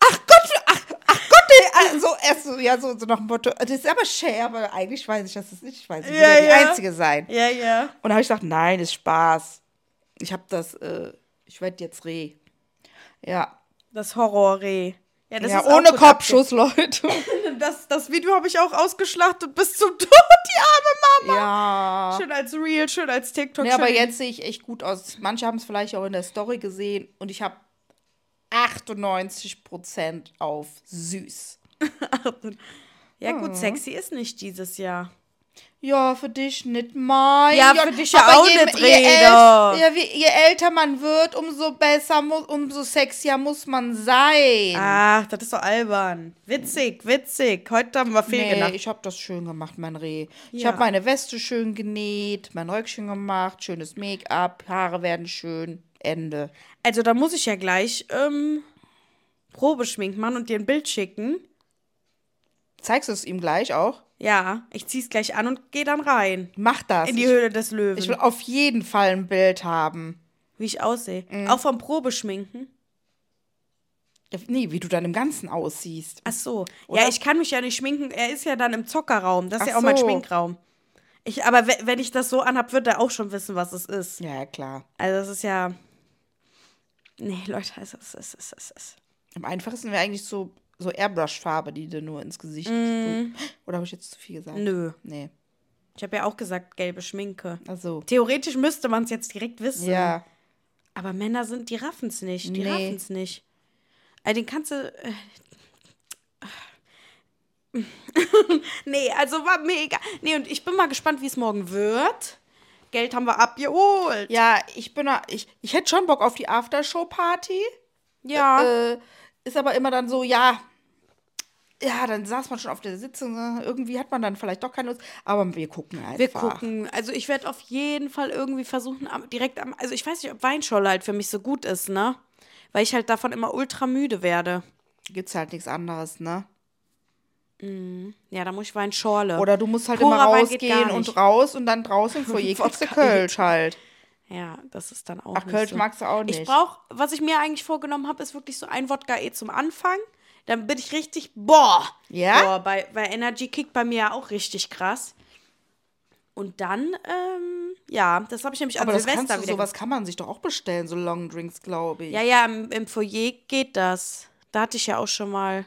[SPEAKER 2] Ach Gott, ach, ach Gott, nee. also erst so, ja, so, so nach dem Motto, das ist aber schön, aber eigentlich weiß ich, dass es nicht, ich weiß, ich will
[SPEAKER 1] Ja,
[SPEAKER 2] ja, die
[SPEAKER 1] ja.
[SPEAKER 2] Einzige sein.
[SPEAKER 1] ja, ja.
[SPEAKER 2] Und da habe ich gesagt, nein, ist Spaß. Ich habe das, äh, ich werde jetzt Reh. Ja,
[SPEAKER 1] Das Horrorreh. das
[SPEAKER 2] ja,
[SPEAKER 1] ist auch
[SPEAKER 2] ohne
[SPEAKER 1] gut
[SPEAKER 2] Kopfschuss, Leute.
[SPEAKER 1] abge- Das, das Video habe ich auch ausgeschlachtet bis zum *laughs* Tod, die arme Mama.
[SPEAKER 2] *laughs* ja.
[SPEAKER 1] Schön als Reel, schön als TikTok.
[SPEAKER 2] Nee, aber
[SPEAKER 1] schön.
[SPEAKER 2] jetzt sehe ich echt gut aus. Manche haben es vielleicht auch in der Story gesehen und ich habe 98% auf süß.
[SPEAKER 1] Ja
[SPEAKER 2] Hm.
[SPEAKER 1] gut, sexy ist nicht dieses Jahr.
[SPEAKER 2] Ja, für dich nicht mein.
[SPEAKER 1] Ja, für dich ja
[SPEAKER 2] aber
[SPEAKER 1] auch
[SPEAKER 2] je,
[SPEAKER 1] nicht,
[SPEAKER 2] je,
[SPEAKER 1] Reda.
[SPEAKER 2] äl- ja, wie, je älter man wird, umso besser, mu umso sexier muss man sein.
[SPEAKER 1] Ach, das ist so albern. Witzig, witzig. Heute haben wir viel
[SPEAKER 2] Nee,
[SPEAKER 1] gemacht.
[SPEAKER 2] ich habe das schön gemacht, mein Reh. Ich
[SPEAKER 1] Ja.
[SPEAKER 2] habe meine Weste schön genäht, mein Röckchen gemacht, schönes Make-up, Haare werden schön, Ende.
[SPEAKER 1] Also da muss ich ja gleich ähm, Probeschmink machen und dir ein Bild schicken.
[SPEAKER 2] Zeigst du es ihm gleich auch?
[SPEAKER 1] Ja, ich zieh's gleich an und gehe dann rein.
[SPEAKER 2] Mach das.
[SPEAKER 1] In die
[SPEAKER 2] ich,
[SPEAKER 1] Höhle des Löwen.
[SPEAKER 2] ich will auf jeden Fall ein Bild haben.
[SPEAKER 1] wie ich aussehe.
[SPEAKER 2] Mhm.
[SPEAKER 1] Auch vom Probeschminken.
[SPEAKER 2] Nee, wie du dann im Ganzen aussiehst.
[SPEAKER 1] Ach so.
[SPEAKER 2] Oder?
[SPEAKER 1] Ja, ich kann mich ja nicht schminken. Er ist ja dann im Zockerraum. Das ist
[SPEAKER 2] Ach
[SPEAKER 1] ja auch mein
[SPEAKER 2] so.
[SPEAKER 1] Schminkraum. Ich, aber we- wenn ich das so anhab, wird er auch schon wissen, was es ist.
[SPEAKER 2] Ja, ja, klar.
[SPEAKER 1] Also das ist ja. Nee, Leute, es ist, es ist, es ist.
[SPEAKER 2] Am einfachsten wäre eigentlich so, so Airbrush-Farbe, die du nur ins Gesicht. Oder habe ich jetzt zu viel gesagt?
[SPEAKER 1] Mhm. Nö.
[SPEAKER 2] Nee.
[SPEAKER 1] Ich habe ja auch gesagt, gelbe Schminke.
[SPEAKER 2] Also.
[SPEAKER 1] Theoretisch müsste man es jetzt direkt wissen.
[SPEAKER 2] Ja.
[SPEAKER 1] Aber Männer sind, die raffen es nicht. Die
[SPEAKER 2] Nee.
[SPEAKER 1] raffen es nicht. Äh, den kannst du. Äh, *laughs* nee, also war mega. Nee, und ich bin mal gespannt, wie es morgen wird. Geld haben wir abgeholt.
[SPEAKER 2] Ja, ich bin da, ich, ich hätte schon Bock auf die Aftershow-Party.
[SPEAKER 1] Ja.
[SPEAKER 2] äh, ist aber immer dann so, ja, ja, dann saß man schon auf der Sitzung, äh, irgendwie hat man dann vielleicht doch keine Lust, aber wir gucken einfach.
[SPEAKER 1] wir gucken. Also ich werde auf jeden Fall irgendwie versuchen, am, direkt am. Also ich weiß nicht, ob Weinscholle halt für mich so gut ist, ne? Weil ich halt davon immer ultra müde werde.
[SPEAKER 2] Gibt's halt nichts anderes, ne?
[SPEAKER 1] Ja, da muss ich Wein schorle.
[SPEAKER 2] Oder du musst halt
[SPEAKER 1] Purer
[SPEAKER 2] immer
[SPEAKER 1] Wein geht
[SPEAKER 2] rausgehen
[SPEAKER 1] gar
[SPEAKER 2] und
[SPEAKER 1] nicht.
[SPEAKER 2] raus und
[SPEAKER 1] *laughs*
[SPEAKER 2] dann draußen im Foyer kriegst du Kölsch halt.
[SPEAKER 1] Ja, das ist dann auch.
[SPEAKER 2] Ach,
[SPEAKER 1] nicht
[SPEAKER 2] Kölsch
[SPEAKER 1] so.
[SPEAKER 2] magst du auch
[SPEAKER 1] Ich
[SPEAKER 2] nicht.
[SPEAKER 1] brauche, was ich mir eigentlich vorgenommen habe, ist wirklich so ein Wodka eh zum Anfang. Dann bin ich richtig, boah.
[SPEAKER 2] Ja?
[SPEAKER 1] Boah, bei, bei Energy kickt bei mir ja auch richtig krass. Und dann, ähm, ja, das habe ich nämlich
[SPEAKER 2] Aber
[SPEAKER 1] an
[SPEAKER 2] das
[SPEAKER 1] Silvester
[SPEAKER 2] kannst du,
[SPEAKER 1] wieder.
[SPEAKER 2] sowas kann man sich doch auch bestellen, so Longdrinks, glaube ich.
[SPEAKER 1] Ja, ja, im, im Foyer geht das. Da hatte ich ja auch schon mal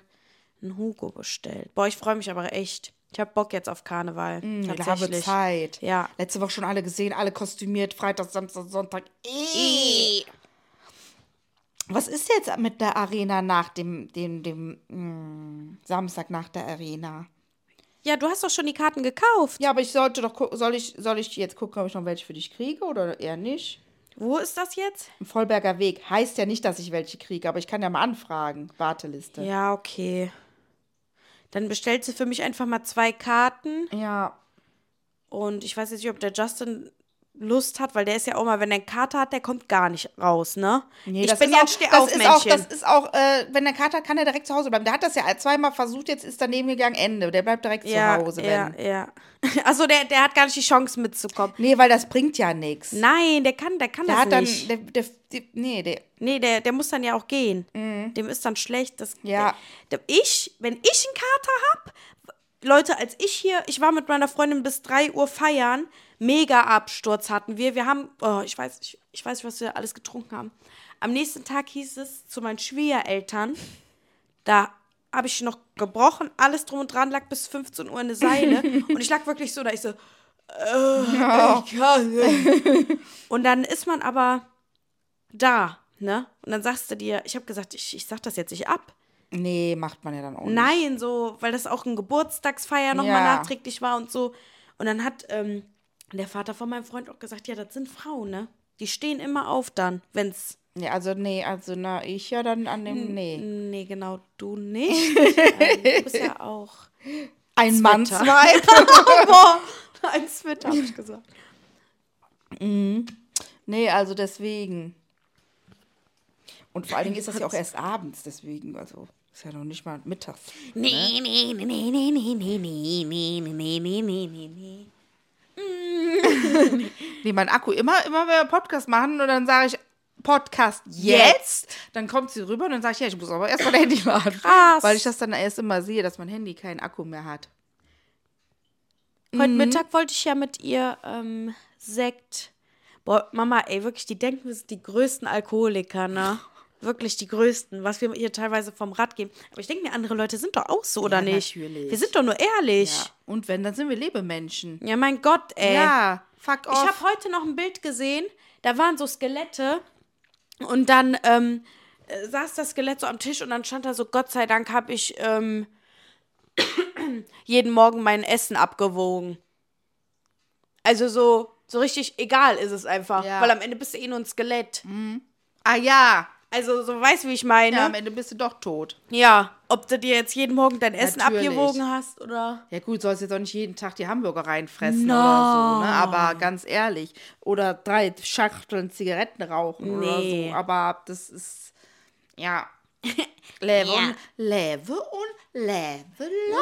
[SPEAKER 1] einen Hugo bestellt. Boah, ich freue mich aber echt. Ich habe Bock jetzt auf Karneval.
[SPEAKER 2] Mm, Hm, da habe
[SPEAKER 1] tatsächlich.
[SPEAKER 2] Zeit.
[SPEAKER 1] Ja.
[SPEAKER 2] Letzte Woche schon alle gesehen, alle kostümiert, Freitag, Samstag, Sonntag. Ih.
[SPEAKER 1] Ih.
[SPEAKER 2] Was ist jetzt mit der Arena nach dem, dem, dem mm, Samstag nach der Arena?
[SPEAKER 1] Ja, du hast doch schon die Karten gekauft.
[SPEAKER 2] Ja, aber ich sollte doch gucken, soll ich, soll ich jetzt gucken, ob ich noch welche für dich kriege oder eher nicht?
[SPEAKER 1] Wo ist das jetzt?
[SPEAKER 2] Im Vollberger Weg heißt ja nicht, dass ich welche kriege, aber ich kann ja mal anfragen. Warteliste.
[SPEAKER 1] Ja, okay. Dann bestellst du für mich einfach mal zwei Karten.
[SPEAKER 2] Ja.
[SPEAKER 1] Und ich weiß jetzt nicht, ob der Justin Lust hat, weil der ist ja auch mal, wenn er eine Karte hat, der kommt gar nicht raus, ne?
[SPEAKER 2] Nee,
[SPEAKER 1] ich
[SPEAKER 2] das
[SPEAKER 1] bin
[SPEAKER 2] ist
[SPEAKER 1] ja ein
[SPEAKER 2] auch, das ist auch, das
[SPEAKER 1] Stehaufmännchen.
[SPEAKER 2] ist auch, äh, wenn der Kater kann er direkt zu Hause bleiben. Der hat das ja zweimal versucht, jetzt ist daneben gegangen, Ende. Der bleibt direkt
[SPEAKER 1] Ja,
[SPEAKER 2] zu Hause, wenn.
[SPEAKER 1] ja, ja. *laughs* Also der, der hat gar nicht die Chance mitzukommen.
[SPEAKER 2] Nee, weil das bringt ja nichts.
[SPEAKER 1] Nein, der kann, der kann
[SPEAKER 2] Der
[SPEAKER 1] das
[SPEAKER 2] hat dann,
[SPEAKER 1] nicht.
[SPEAKER 2] der, der, die- nee, der,
[SPEAKER 1] Nee, der, der muss dann ja auch gehen. Dem ist dann schlecht. Das,
[SPEAKER 2] Ja.
[SPEAKER 1] der, der, ich, wenn ich einen Kater hab, Leute, als ich hier, ich war mit meiner Freundin bis 3 Uhr feiern, mega Absturz hatten wir. Wir haben, oh, ich weiß, ich, ich weiß nicht, was wir alles getrunken haben. Am nächsten Tag hieß es zu meinen Schwiegereltern, da habe ich noch gebrochen, alles drum und dran, lag bis 15 Uhr eine Seile. und ich lag wirklich so, da ich so, äh, ich kann nicht. Und dann ist man aber da, ne? Und dann sagst du dir, ich habe gesagt, ich, ich sag das jetzt nicht ab.
[SPEAKER 2] nee, macht man ja dann auch nicht.
[SPEAKER 1] Nein, so, weil das auch ein Geburtstagsfeier nochmal
[SPEAKER 2] Ja.
[SPEAKER 1] nachträglich war und so. Und dann hat ähm, der Vater von meinem Freund auch gesagt, ja, das sind Frauen, ne? Die stehen immer auf dann, wenn's.
[SPEAKER 2] Nee, also, nee, also, na, ich ja dann an dem, nee.
[SPEAKER 1] Nee, genau, du nicht. ähm, du bist ja auch.
[SPEAKER 2] Ein
[SPEAKER 1] Zwitter.
[SPEAKER 2] Mannsweib.
[SPEAKER 1] Boah, ein Zwitter, hab ich gesagt.
[SPEAKER 2] nee, also deswegen. Und vor allen Dingen ist das ja auch erst abends, deswegen, also, ist ja noch nicht mal mittags.
[SPEAKER 1] Nee, nee, nee, nee, nee, nee, nee, nee, nee, nee, nee, nee, nee, nee.
[SPEAKER 2] Nee, mein Akku immer, immer wenn wir Podcast machen und dann sage ich Podcast jetzt, dann kommt sie rüber und dann sage ich, ja, ich muss aber erst *laughs* mein Handy laden.
[SPEAKER 1] Krass.
[SPEAKER 2] Weil ich das dann erst immer sehe, dass mein Handy keinen Akku mehr hat.
[SPEAKER 1] Heute
[SPEAKER 2] Mhm.
[SPEAKER 1] Mittag wollte ich ja mit ihr ähm, Sekt. Boah, Mama, ey, wirklich, die denken, wir sind die größten Alkoholiker,
[SPEAKER 2] *laughs*
[SPEAKER 1] ne? Wirklich die größten, was wir hier teilweise vom Rad geben. Aber ich denke mir, andere Leute sind doch auch so, oder
[SPEAKER 2] Ja,
[SPEAKER 1] nicht?
[SPEAKER 2] natürlich.
[SPEAKER 1] Wir sind doch nur ehrlich.
[SPEAKER 2] Ja. Und wenn, dann sind wir Lebemenschen.
[SPEAKER 1] Ja, mein Gott,
[SPEAKER 2] Äh.
[SPEAKER 1] ey.
[SPEAKER 2] Ja, fuck
[SPEAKER 1] Ich habe
[SPEAKER 2] off.
[SPEAKER 1] heute noch ein Bild gesehen, da waren so Skelette und dann ähm, äh, saß das Skelett so am Tisch und dann stand da so, Gott sei Dank habe ich ähm, jeden Morgen mein Essen abgewogen. Also so, so richtig egal ist es einfach,
[SPEAKER 2] Ja.
[SPEAKER 1] weil am Ende bist du eh nur ein Skelett.
[SPEAKER 2] ah ja.
[SPEAKER 1] Also so weißt du, wie ich meine.
[SPEAKER 2] ja,
[SPEAKER 1] Ja,
[SPEAKER 2] am Ende bist du doch tot.
[SPEAKER 1] ob du dir jetzt jeden Morgen dein Essen
[SPEAKER 2] Natürlich.
[SPEAKER 1] abgewogen hast oder...
[SPEAKER 2] Ja gut, sollst jetzt auch nicht jeden Tag die Hamburger reinfressen oder so, ne? Aber ganz ehrlich. Oder drei Schachteln Zigaretten rauchen
[SPEAKER 1] Nee.
[SPEAKER 2] oder so. Aber das ist,
[SPEAKER 1] *laughs*
[SPEAKER 2] ja. Leve, Und, leve und leve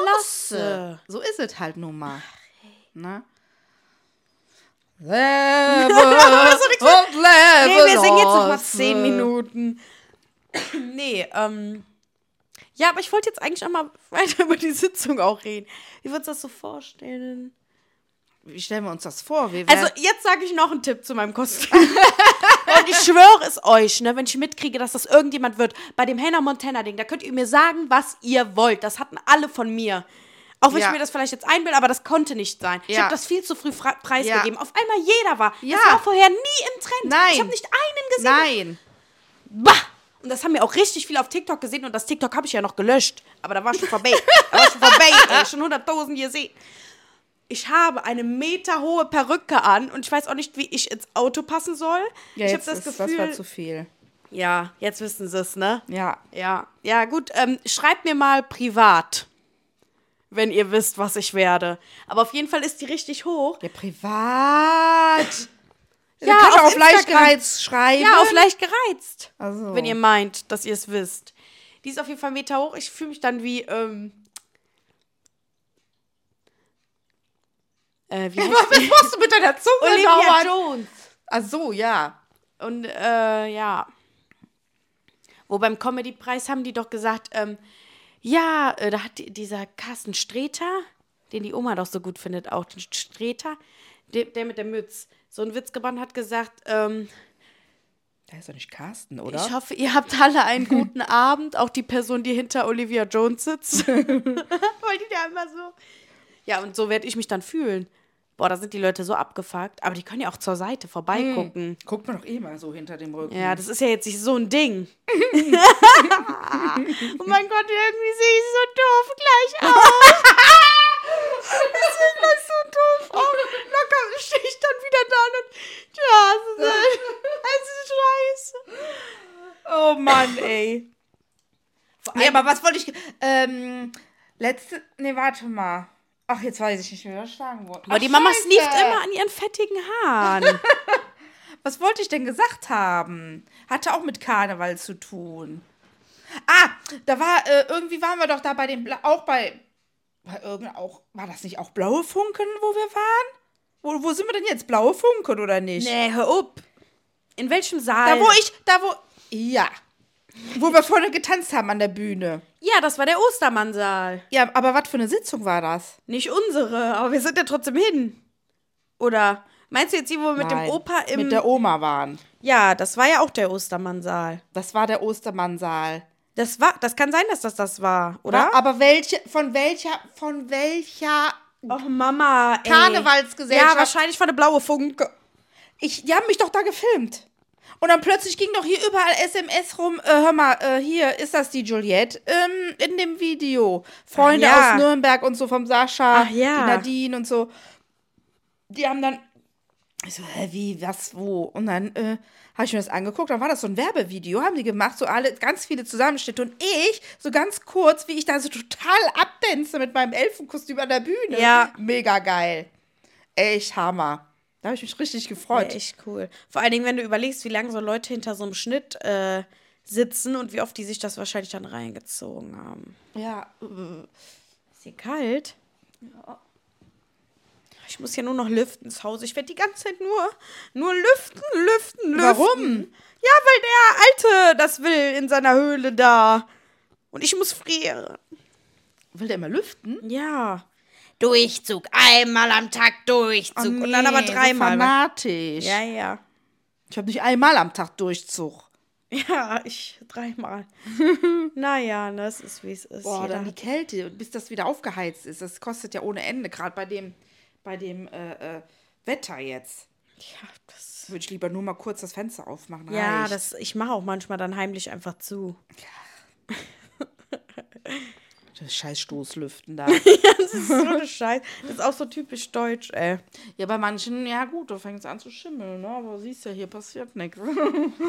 [SPEAKER 2] lasse.
[SPEAKER 1] Lasse.
[SPEAKER 2] So ist es halt nun mal. Ne?
[SPEAKER 1] *laughs*
[SPEAKER 2] Leve und leve
[SPEAKER 1] Nee, wir singen jetzt noch mal
[SPEAKER 2] lasse.
[SPEAKER 1] zehn Minuten. Nee, ähm. Ja, aber ich wollte jetzt eigentlich auch mal *laughs* weiter über die Sitzung auch reden. Wie würdest du das so vorstellen?
[SPEAKER 2] Wie stellen wir uns das vor? Wir
[SPEAKER 1] Also,
[SPEAKER 2] werden-
[SPEAKER 1] jetzt sage ich noch einen Tipp zu meinem Kostüm. *laughs* Und ich schwöre es euch, ne, wenn ich mitkriege, dass das irgendjemand wird. Bei dem Hannah Montana-Ding, da könnt ihr mir sagen, was ihr wollt. Das hatten alle von mir. Auch wenn
[SPEAKER 2] Ja.
[SPEAKER 1] ich mir das vielleicht jetzt einbilde, aber das konnte nicht sein. Ich
[SPEAKER 2] Ja.
[SPEAKER 1] habe das viel zu früh fra- preisgegeben. Auf einmal jeder war.
[SPEAKER 2] Ja.
[SPEAKER 1] Das war vorher nie im Trend.
[SPEAKER 2] Nein.
[SPEAKER 1] Ich habe nicht einen gesehen.
[SPEAKER 2] nein.
[SPEAKER 1] Bah! Und das haben mir auch richtig viele auf TikTok gesehen und das TikTok habe ich ja noch gelöscht. Aber da war schon vorbei. da war schon
[SPEAKER 2] *laughs*
[SPEAKER 1] vorbei. Ey, schon 100.000 gesehen. Ich habe eine meterhohe Perücke an und ich weiß auch nicht, wie ich ins Auto passen soll.
[SPEAKER 2] Ja,
[SPEAKER 1] ich habe
[SPEAKER 2] jetzt
[SPEAKER 1] das
[SPEAKER 2] ist,
[SPEAKER 1] Gefühl.
[SPEAKER 2] das war zu viel.
[SPEAKER 1] ja, jetzt wissen sie es, ne?
[SPEAKER 2] Ja,
[SPEAKER 1] Ja, ja, gut. Ähm, schreibt mir mal privat, wenn ihr wisst, was ich werde. Aber auf jeden Fall ist die richtig hoch.
[SPEAKER 2] Ja, privat.
[SPEAKER 1] Ja,
[SPEAKER 2] könnt
[SPEAKER 1] auf
[SPEAKER 2] auch auf leicht
[SPEAKER 1] Instagram.
[SPEAKER 2] gereizt schreiben.
[SPEAKER 1] Ja, auf leicht gereizt.
[SPEAKER 2] Also.
[SPEAKER 1] Oh.
[SPEAKER 2] *laughs*
[SPEAKER 1] Wenn ihr meint, dass ihr es wisst. Die ist auf jeden Fall Meter hoch. Ich fühle mich dann wie ähm, Äh, wie heißt
[SPEAKER 2] Was was machst du mit deiner Zunge
[SPEAKER 1] Olivia
[SPEAKER 2] dauernd?
[SPEAKER 1] Jones.
[SPEAKER 2] Ach so, ja.
[SPEAKER 1] Und äh, ja. Wo beim Comedy-Preis haben die doch gesagt, ähm, ja, äh, da hat die- dieser Carsten Streter, den die Oma doch so gut findet, auch den Streter, der, der mit der Mütz, so einen Witz gebannt hat, gesagt, ähm,
[SPEAKER 2] Da ist doch nicht Carsten, oder?
[SPEAKER 1] ich hoffe, ihr habt alle einen *laughs* guten Abend, auch die Person, die hinter Olivia Jones *laughs* sitzt. Weil die da immer so. Ja, und so werde ich mich dann fühlen. Boah, da sind die Leute so abgefuckt. Aber die können ja auch zur Seite vorbeigucken.
[SPEAKER 2] Guckt man doch eh mal so hinter dem *laughs* Rücken.
[SPEAKER 1] Ja, das ist ja jetzt nicht so ein *laughs* Ding. oh mein Gott, irgendwie sehe ich so doof gleich aus. ich sehe gleich so doof aus. Locker stehe ich dann wieder da und ja, es ist, es ist scheiße.
[SPEAKER 2] Oh Mann, ey. Nee, aber was wollte ich. Ähm, letzte. Nee, warte mal. Ach, jetzt weiß ich nicht mehr, was ich sagen wollte.
[SPEAKER 1] Aber
[SPEAKER 2] Ach,
[SPEAKER 1] die Mama
[SPEAKER 2] Scheiße.
[SPEAKER 1] sneeft immer an ihren fettigen Haaren.
[SPEAKER 2] Was wollte ich denn gesagt haben? Hatte auch mit Karneval zu tun. Ah, da war. Äh, irgendwie waren wir doch da bei dem. Bla auch bei. Bei irgendein auch. War das nicht auch Blaue Funken, wo wir waren? Wo, wo sind wir denn jetzt? Blaue Funken oder nicht?
[SPEAKER 1] *laughs* nee, hör up. In welchem Saal?
[SPEAKER 2] Da wo ich. Da wo. Ja. Wo wir vorne getanzt haben an der Bühne.
[SPEAKER 1] ja, das war der Ostermannsaal.
[SPEAKER 2] Ja, aber was für eine Sitzung war das?
[SPEAKER 1] Nicht unsere, aber wir sind ja trotzdem hin. Oder meinst du jetzt die, wo wir mit
[SPEAKER 2] Nein,
[SPEAKER 1] dem Opa im
[SPEAKER 2] Mit der Oma waren.
[SPEAKER 1] Ja, das war ja auch der Ostermannsaal.
[SPEAKER 2] Das war der Ostermannsaal.
[SPEAKER 1] Das war, das kann sein, dass das das war, oder?
[SPEAKER 2] Wa- Aber welche, von welcher, von welcher
[SPEAKER 1] Och, Mama, ey.
[SPEAKER 2] Karnevalsgesellschaft?
[SPEAKER 1] Ja, wahrscheinlich von der blaue Funke.
[SPEAKER 2] Ich, die haben mich doch da gefilmt. Und dann plötzlich ging doch hier überall SMS rum. Äh, hör mal, äh, hier ist das die Juliette ähm, in dem Video. Freunde
[SPEAKER 1] Ach ja.
[SPEAKER 2] aus Nürnberg und so vom Sascha,
[SPEAKER 1] Ach ja.
[SPEAKER 2] die Nadine und so. Die haben dann. Ich so, hä, wie, was, wo? Und dann äh, habe ich mir das angeguckt. Dann war das so ein Werbevideo, haben die gemacht, so alle, ganz viele Zusammenschnitte. Und ich, so ganz kurz, wie ich da so total abdänze mit meinem Elfenkostüm an der Bühne.
[SPEAKER 1] Ja.
[SPEAKER 2] Mega geil. Echt Hammer. Da habe ich mich richtig gefreut.
[SPEAKER 1] Echt cool. Vor allen Dingen, wenn du überlegst, wie lange so Leute hinter so einem Schnitt äh, sitzen und wie oft die sich das wahrscheinlich dann reingezogen haben.
[SPEAKER 2] Ja, äh,
[SPEAKER 1] Ist hier kalt? Ja. Ich muss ja nur noch lüften zu Hause. Ich werde die ganze Zeit nur, nur lüften, lüften, lüften.
[SPEAKER 2] Warum?
[SPEAKER 1] Ja, weil der Alte das will in seiner Höhle da. Und ich muss frieren.
[SPEAKER 2] will der immer lüften?
[SPEAKER 1] Ja.
[SPEAKER 3] Durchzug, einmal am Tag
[SPEAKER 2] Oh
[SPEAKER 3] Durchzug.
[SPEAKER 1] Und dann aber dreimal.
[SPEAKER 2] So fanatisch.
[SPEAKER 1] Ja, ja.
[SPEAKER 2] Ich habe nicht einmal am Tag Durchzug.
[SPEAKER 1] Ja, ich *laughs* dreimal. naja, das ist wie es ist.
[SPEAKER 2] Boah,
[SPEAKER 1] Jeder
[SPEAKER 2] dann die
[SPEAKER 1] hat-
[SPEAKER 2] Kälte, bis das wieder aufgeheizt ist. Das kostet ja ohne Ende, gerade bei dem, bei dem äh, äh, Wetter jetzt.
[SPEAKER 1] ja, das,
[SPEAKER 2] Würde ich lieber nur mal kurz das Fenster aufmachen.
[SPEAKER 1] ja
[SPEAKER 2] reicht.
[SPEAKER 1] das, ich mache auch manchmal dann heimlich einfach zu.
[SPEAKER 2] das scheiß Stoßlüften da.
[SPEAKER 1] Das *laughs* ist so eine Scheiße. Das ist auch so typisch deutsch, ey.
[SPEAKER 2] *laughs* ja, bei manchen, ja gut, da fängt es an zu schimmeln, ne? aber siehst ja, hier passiert nichts.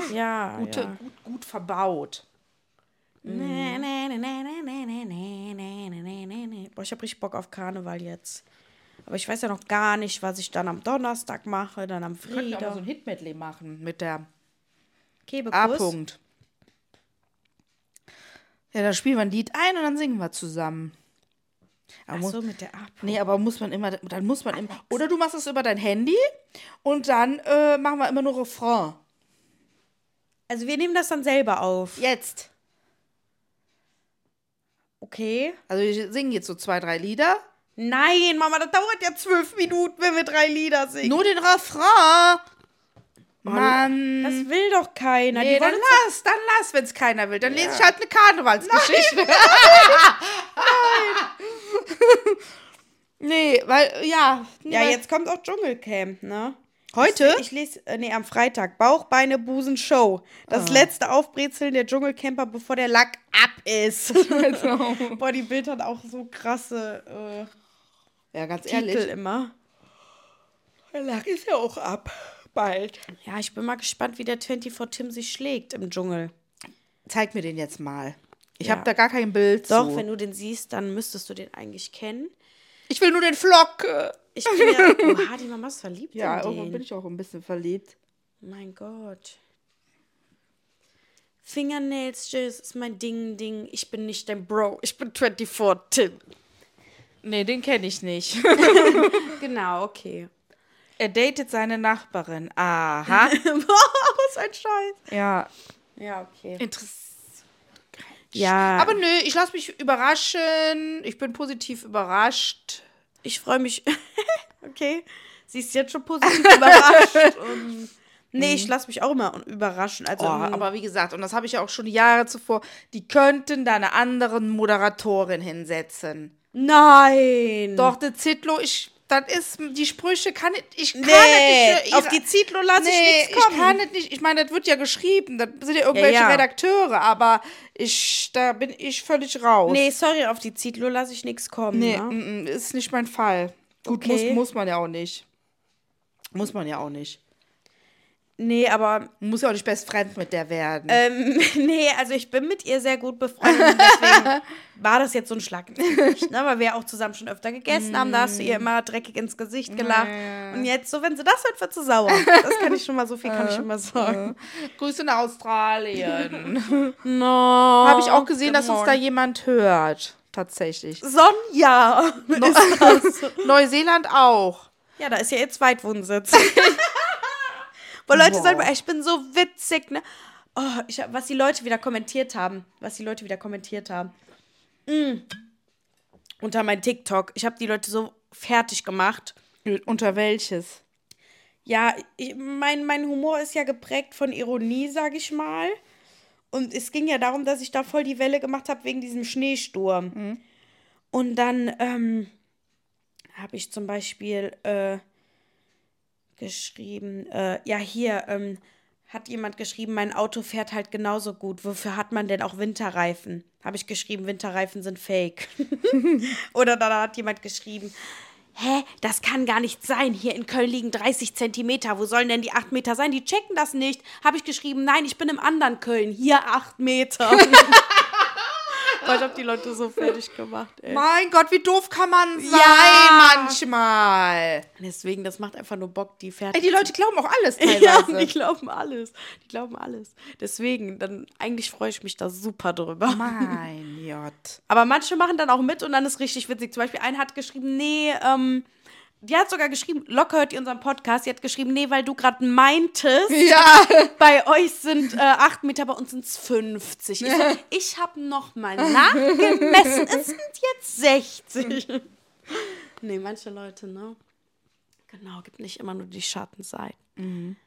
[SPEAKER 1] Ja. ja.
[SPEAKER 2] gut, gut verbaut.
[SPEAKER 1] Nee, nee, nee, nee, nee, nee, nee, nee, nee, nee, nee, nee, nee.
[SPEAKER 2] Mhm.
[SPEAKER 1] Boah, ich habe richtig Bock auf Karneval jetzt. Aber ich weiß ja noch gar nicht, was ich dann am Donnerstag mache, dann am
[SPEAKER 2] Wir könnten auch mal so
[SPEAKER 1] Freitag.
[SPEAKER 2] ein Hit-Medley machen mit der
[SPEAKER 1] Kebekuss.
[SPEAKER 2] A-Punkt. Ja, da spielen wir ein Lied ein und dann singen wir zusammen. Aber
[SPEAKER 1] Ach
[SPEAKER 2] muss,
[SPEAKER 1] so, mit der A-Punkt.
[SPEAKER 2] Nee, aber muss man immer, dann muss man immer. Oder du machst es über dein Handy und dann äh, machen wir immer nur Refrain.
[SPEAKER 1] Also wir nehmen das dann selber auf.
[SPEAKER 2] Jetzt.
[SPEAKER 1] Okay.
[SPEAKER 2] Also wir singen jetzt so zwei, drei Lieder.
[SPEAKER 1] Nein, Mama, das dauert ja zwölf Minuten, wenn wir drei Lieder singen.
[SPEAKER 2] Nur den Refrain. Mann.
[SPEAKER 1] Das will doch keiner.
[SPEAKER 2] nee,
[SPEAKER 1] Die
[SPEAKER 2] dann
[SPEAKER 1] wollen
[SPEAKER 2] lass, dann lass, wenn es keiner will. Dann lese ich halt eine Karnevalsgeschichte. *laughs* Nein. *laughs* nee, weil, äh, ja.
[SPEAKER 1] ja,
[SPEAKER 2] weil-
[SPEAKER 1] jetzt kommt auch Dschungelcamp, ne?
[SPEAKER 2] Heute?
[SPEAKER 1] Ich lese, äh, nee, am Freitag. Bauch, Beine, Busen, Show. Das letzte Aufbrezeln der Dschungelcamper, bevor der Lack ab *laughs* ist. Boah, die Bild hat auch so krasse
[SPEAKER 2] Ja, ganz
[SPEAKER 1] äh, Titel immer.
[SPEAKER 2] Der Lack ist ja auch ab. Bald.
[SPEAKER 1] Ja, ich bin mal gespannt, wie der 24 Tim sich schlägt im Dschungel.
[SPEAKER 2] Zeig mir den jetzt mal. Ich
[SPEAKER 1] Ja.
[SPEAKER 2] habe da gar kein Bild.
[SPEAKER 1] Doch,
[SPEAKER 2] zu.
[SPEAKER 1] wenn du den siehst, dann müsstest du den eigentlich kennen.
[SPEAKER 2] Ich will nur den Vlog. äh.
[SPEAKER 1] Ich bin *laughs* ja, oha, die Mama ist verliebt
[SPEAKER 2] Ja,
[SPEAKER 1] in
[SPEAKER 2] irgendwo
[SPEAKER 1] den.
[SPEAKER 2] bin ich auch ein bisschen verliebt.
[SPEAKER 1] Mein Gott. Fingernails, Jizz ist mein Ding, Ding. Ich bin nicht dein Bro, ich bin 24, Tim.
[SPEAKER 2] Nee, den kenne ich nicht.
[SPEAKER 1] *laughs* Genau,
[SPEAKER 2] *laughs*
[SPEAKER 1] okay.
[SPEAKER 2] er datet seine Nachbarin. Aha.
[SPEAKER 1] Was ein Scheiß.
[SPEAKER 2] *laughs* ja.
[SPEAKER 1] Ja, okay.
[SPEAKER 2] Interessant.
[SPEAKER 1] Ja.
[SPEAKER 2] Aber nö, ich lasse mich überraschen. Ich bin positiv überrascht.
[SPEAKER 1] ich freue
[SPEAKER 2] *laughs*
[SPEAKER 1] mich. okay. Sie ist jetzt schon positiv
[SPEAKER 2] *laughs*
[SPEAKER 1] überrascht. Und nee, ich lasse mich auch immer überraschen. Also,
[SPEAKER 2] Mhm. Oh, aber wie gesagt, und das habe ich ja auch schon Jahre zuvor, die könnten da eine anderen Moderatorin hinsetzen.
[SPEAKER 1] Mhm. nein.
[SPEAKER 2] Doch, der Zitlo, ich, das ist, die Sprüche kann ich, ich kann
[SPEAKER 1] Nee,
[SPEAKER 2] das nicht.
[SPEAKER 1] auf die Zitlo lasse
[SPEAKER 2] nee,
[SPEAKER 1] ich nichts kommen.
[SPEAKER 2] ich kann das nicht. Ich meine, das wird ja geschrieben, das sind ja irgendwelche
[SPEAKER 1] ja.
[SPEAKER 2] Redakteure, aber ich, da bin ich völlig raus.
[SPEAKER 1] nee, sorry, auf die Zitlo lasse ich nichts kommen.
[SPEAKER 2] Nee,
[SPEAKER 1] Ne?
[SPEAKER 2] mm, mm, ist nicht mein Fall. Gut,
[SPEAKER 1] Okay.
[SPEAKER 2] muss, muss man ja auch nicht. Muss man ja auch nicht.
[SPEAKER 1] nee, aber *laughs*
[SPEAKER 2] Man muss ja auch nicht best friend mit der werden.
[SPEAKER 1] Ähm, nee, also ich bin mit ihr sehr gut befreundet,
[SPEAKER 2] *laughs*
[SPEAKER 1] deswegen war das jetzt so ein Schlag. ins Gesicht, Ne? Weil wir auch zusammen schon öfter gegessen haben, da hast du ihr
[SPEAKER 2] Mm.
[SPEAKER 1] immer dreckig ins Gesicht gelacht. Und jetzt, so wenn sie das hört, wird sie sauer. Das kann ich schon mal, so viel
[SPEAKER 2] Äh,
[SPEAKER 1] kann ich schon mal sagen.
[SPEAKER 2] Grüße nach Australien. *laughs*
[SPEAKER 1] No.
[SPEAKER 2] Habe ich auch gesehen, dass uns da jemand hört. Tatsächlich.
[SPEAKER 1] Sonja. Ist das.
[SPEAKER 2] *laughs* Neuseeland auch.
[SPEAKER 1] Ja, da ist ja ihr Zweitwohnsitz. *laughs* Boah, Leute, sagen mal, ich bin so witzig, ne? Oh, ich, hab- was die Leute wieder kommentiert haben. Was die Leute wieder kommentiert haben. Mm. Unter mein TikTok. Ich habe die Leute so fertig gemacht.
[SPEAKER 2] Unter welches?
[SPEAKER 1] Ja, ich, mein, mein Humor ist ja geprägt von Ironie, sag ich mal. Und es ging ja darum, dass ich da voll die Welle gemacht habe wegen diesem Schneesturm. Und dann ähm, habe ich zum Beispiel äh, geschrieben, äh, ja hier ähm, hat jemand geschrieben, mein Auto fährt halt genauso gut. Wofür hat man denn auch Winterreifen? Habe ich geschrieben, Winterreifen sind fake. *laughs* Oder dann hat jemand geschrieben, hä, Äh, das kann gar nicht sein. Hier in Köln liegen 30 Zentimeter. Wo sollen denn die 8 Meter sein? Die checken das nicht. Habe ich geschrieben, nein, ich bin im anderen Köln. Hier 8 *laughs* Meter. Boah, ich habe die Leute so fertig gemacht, ey.
[SPEAKER 2] Mein Gott, wie doof kann man sein
[SPEAKER 1] Ja.
[SPEAKER 2] manchmal.
[SPEAKER 1] Deswegen, das macht einfach nur Bock, die fertig.
[SPEAKER 2] Ey, die Leute glauben auch *laughs* alles
[SPEAKER 1] *laughs* Ja,
[SPEAKER 2] teilweise.
[SPEAKER 1] die glauben alles. Die glauben alles. Deswegen, dann eigentlich freue ich mich da super drüber.
[SPEAKER 2] mein Gott.
[SPEAKER 1] Aber manche machen dann auch mit und dann ist richtig witzig. Zum Beispiel, ein hat geschrieben, nee, ähm, die hat sogar geschrieben, locker hört ihr unseren Podcast. Die hat geschrieben, nee, weil du gerade meintest,
[SPEAKER 2] Ja.
[SPEAKER 1] bei euch sind äh, 8 Meter, bei uns sind es 50. Ich, so,
[SPEAKER 2] *laughs*
[SPEAKER 1] ich habe nochmal nachgemessen, es sind jetzt 60. nee, manche Leute, ne? Genau, gibt nicht immer nur die Schattenseiten.
[SPEAKER 2] Mhm.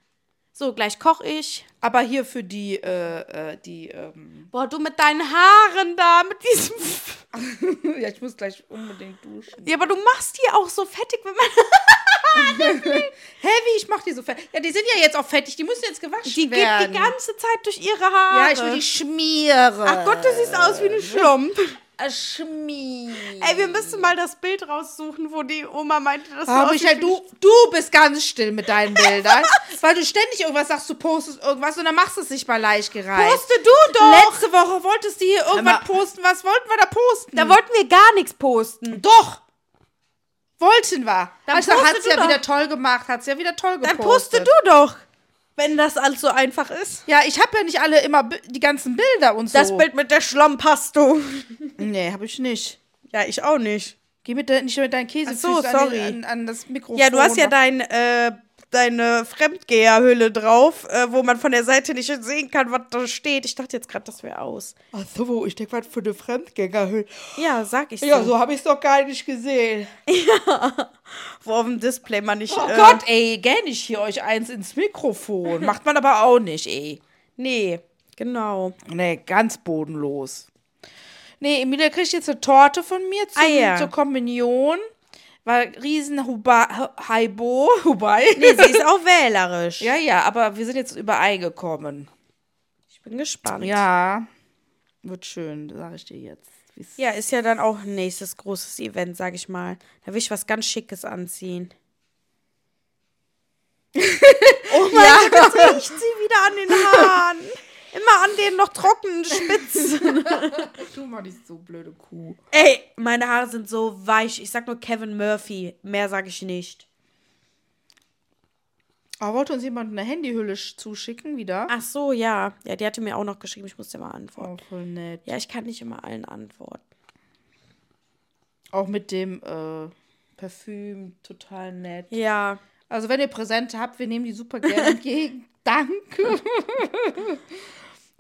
[SPEAKER 1] So, gleich koche ich.
[SPEAKER 2] Aber hier für die, äh, äh, die, ähm,
[SPEAKER 1] Boah, du mit deinen Haaren da, mit diesem.
[SPEAKER 2] *laughs*
[SPEAKER 1] *laughs*
[SPEAKER 2] ja, ich muss gleich unbedingt duschen.
[SPEAKER 1] Ja, aber du machst die auch so fettig, wenn man.
[SPEAKER 2] Hä, wie, ich mach die so fertig. Ja, die sind ja jetzt auch fettig, die müssen jetzt gewaschen
[SPEAKER 1] Die geht
[SPEAKER 2] werden.
[SPEAKER 1] die ganze Zeit durch ihre Haare.
[SPEAKER 2] Ja, ich will die schmieren. Äh,
[SPEAKER 1] Ach Gott, du siehst aus wie eine Schlump.
[SPEAKER 2] Schmieren.
[SPEAKER 1] Ey, wir müssen mal das Bild raussuchen, wo die Oma meinte, dass
[SPEAKER 2] Aber
[SPEAKER 1] aussiehst
[SPEAKER 2] Michael,
[SPEAKER 1] wie-
[SPEAKER 2] halt du, du bist ganz still mit deinen *laughs* Bildern, weil du ständig irgendwas sagst, du postest irgendwas und dann machst du es nicht mal leicht gereicht.
[SPEAKER 1] Poste du doch!
[SPEAKER 2] Letzte Woche wolltest du hier irgendwas
[SPEAKER 1] mal.
[SPEAKER 2] posten. Was wollten wir da posten?
[SPEAKER 1] Da wollten wir gar nichts posten.
[SPEAKER 2] doch. Wollten wir.
[SPEAKER 1] Dann
[SPEAKER 2] also
[SPEAKER 1] poste
[SPEAKER 2] hat's
[SPEAKER 1] du
[SPEAKER 2] ja
[SPEAKER 1] doch.
[SPEAKER 2] wieder toll gemacht, hat's ja wieder toll
[SPEAKER 1] Dann poste
[SPEAKER 2] gepostet.
[SPEAKER 1] du doch. Wenn das alles so einfach ist.
[SPEAKER 2] Ja, ich habe ja nicht alle immer bi- die ganzen Bilder und so.
[SPEAKER 1] Das Bild mit der Schlomp hast du.
[SPEAKER 2] Nee, habe ich nicht.
[SPEAKER 1] Ja, ich auch nicht.
[SPEAKER 2] Geh mit de nicht mit deinen Käsefüßen
[SPEAKER 1] Ach so, sorry.
[SPEAKER 2] An, den, an, an das Mikrofon.
[SPEAKER 1] Ja, du hast ja dein, äh, deine Fremdgeherhülle drauf, äh, wo man von der Seite nicht sehen kann, was da steht. Ich dachte jetzt gerade, das wäre aus.
[SPEAKER 2] Ach so, ich denke, was für eine Fremdgängerhülle.
[SPEAKER 1] Ja, sag ich
[SPEAKER 2] Ja,
[SPEAKER 1] so.
[SPEAKER 2] so habe ich es doch gar nicht gesehen.
[SPEAKER 1] Wo auf dem Display man nicht.
[SPEAKER 2] Oh
[SPEAKER 1] äh,
[SPEAKER 2] Gott, ey, gern ich hier euch eins ins Mikrofon. Macht man aber auch nicht, ey.
[SPEAKER 1] Nee, genau. *laughs*
[SPEAKER 2] Nee, ganz bodenlos. Nee, Emilia kriegt jetzt eine Torte von mir zum,
[SPEAKER 1] Ah, ja.
[SPEAKER 2] zur Kommunion. Weil riesen Huba, Hu- Haibo, Hubai.
[SPEAKER 1] Nee, sie ist auch wählerisch.
[SPEAKER 2] Ja, ja, aber wir sind jetzt übereingekommen.
[SPEAKER 1] Ich bin gespannt.
[SPEAKER 2] Ja, wird schön, sage ich dir jetzt. Wie's-
[SPEAKER 1] Ja, ist ja dann auch ein nächstes großes Event, sag ich mal. Da will ich was ganz Schickes anziehen. oh mein
[SPEAKER 2] *laughs*
[SPEAKER 1] Gott, jetzt riecht sie wieder an den Haaren. Immer an den noch trockenen Spitzen.
[SPEAKER 2] Du mal nicht so blöde Kuh.
[SPEAKER 1] *laughs* Ey, meine Haare sind so weich. Ich sag nur Kevin Murphy. Mehr sag ich nicht.
[SPEAKER 2] Aber wollte uns jemand eine Handyhülle sch- zuschicken wieder?
[SPEAKER 1] Ach so, ja. Ja, die hatte mir auch noch geschrieben, ich musste mal antworten.
[SPEAKER 2] Oh, voll nett.
[SPEAKER 1] Ja, ich kann nicht immer allen antworten.
[SPEAKER 2] Auch mit dem äh, Parfüm, total nett.
[SPEAKER 1] Ja.
[SPEAKER 2] Also wenn ihr Präsente habt, wir nehmen die super gerne
[SPEAKER 1] *laughs*
[SPEAKER 2] entgegen. Danke.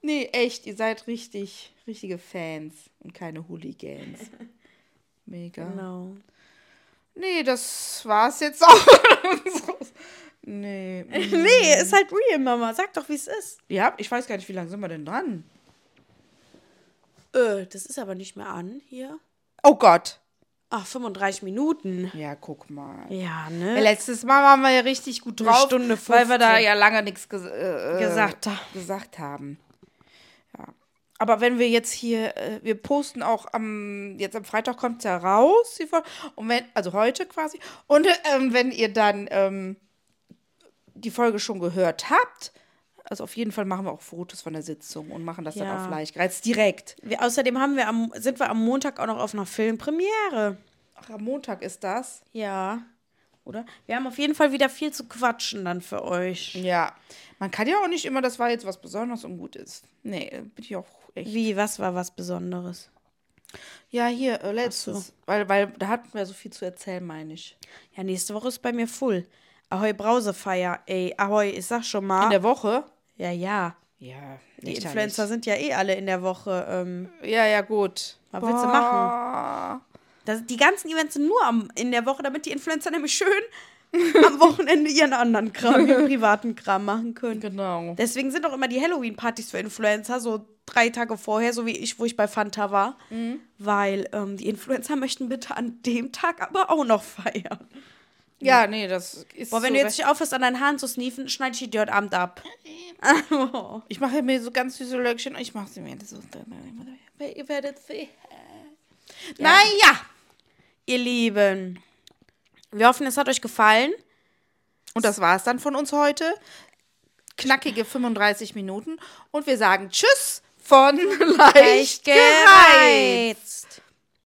[SPEAKER 2] nee, echt, ihr seid richtig, richtige Fans und keine Hooligans. Mega.
[SPEAKER 1] Genau.
[SPEAKER 2] Nee, das war's jetzt auch. *laughs* nee.
[SPEAKER 1] Nee, ist halt real, Mama. Sag doch, wie es ist.
[SPEAKER 2] Ja, ich weiß gar nicht, wie lange sind wir denn dran?
[SPEAKER 1] Äh, das ist aber nicht mehr an hier.
[SPEAKER 2] Oh Gott.
[SPEAKER 1] Ach, 35 Minuten.
[SPEAKER 2] Ja, guck mal.
[SPEAKER 1] Ja,
[SPEAKER 2] Weil
[SPEAKER 1] ne?
[SPEAKER 2] Letztes Mal waren wir ja richtig gut drauf,
[SPEAKER 1] Stunde
[SPEAKER 2] weil wir da
[SPEAKER 1] 15.
[SPEAKER 2] ja lange nichts ges äh, äh,
[SPEAKER 1] Gesagt haben.
[SPEAKER 2] gesagt haben. Ja. Aber wenn wir jetzt hier, äh, wir posten auch am, jetzt am Freitag kommt es ja raus, die Folge. und wenn, also heute quasi, und ähm, wenn ihr dann ähm, die Folge schon gehört habt, also auf jeden Fall machen wir auch Fotos von der Sitzung und machen das dann
[SPEAKER 1] Ja.
[SPEAKER 2] auf Leichgeiz direkt.
[SPEAKER 1] Wir, außerdem haben wir am, sind wir am Montag auch noch auf einer Filmpremiere.
[SPEAKER 2] Ach, am Montag ist das.
[SPEAKER 1] Ja. Oder? Wir haben auf jeden Fall wieder viel zu quatschen dann für euch.
[SPEAKER 2] Ja. Man kann ja auch nicht immer, das war jetzt was Besonderes und gut ist. Nee, bin ich auch echt
[SPEAKER 1] Wie, was war was Besonderes?
[SPEAKER 2] Ja, hier, äh, letztes. Weil, weil da hatten wir so viel zu erzählen, meine ich.
[SPEAKER 1] Ja, nächste Woche ist bei mir full. Ahoi Brausefeier, ey. Ahoi, ich sag schon
[SPEAKER 2] In
[SPEAKER 1] mal.
[SPEAKER 2] der Woche?
[SPEAKER 1] ja, ja.
[SPEAKER 2] Ja.
[SPEAKER 1] Die Influencer sind ja eh alle in der Woche. Ähm,
[SPEAKER 2] Ja, ja, gut.
[SPEAKER 1] Was willst du
[SPEAKER 2] machen?
[SPEAKER 1] das, die ganzen Events sind nur am, in der Woche, damit die Influencer nämlich *laughs* schön am Wochenende ihren anderen Kram, ihren privaten Kram machen können.
[SPEAKER 2] Genau.
[SPEAKER 1] Deswegen sind auch immer die Halloween-Partys für Influencer so drei Tage vorher, so wie ich, wo ich bei Fanta war. Weil ähm, die Influencer *laughs* möchten bitte an dem Tag aber auch noch feiern.
[SPEAKER 2] Ja, nee, das ist.
[SPEAKER 1] Boah, wenn
[SPEAKER 2] so
[SPEAKER 1] du jetzt nicht aufhörst, an deinen Haaren zu sniefen, schneide ich die dir heute Abend ab.
[SPEAKER 2] recht. Ich mache mir so ganz süße Löckchen. Ich mache sie mir so. Ihr werdet sehen. Naja.
[SPEAKER 1] Ihr Lieben, wir hoffen, es hat euch gefallen.
[SPEAKER 2] Und das war's dann von uns heute. Knackige 35 Minuten. Und wir sagen Tschüss von Leicht gereizt.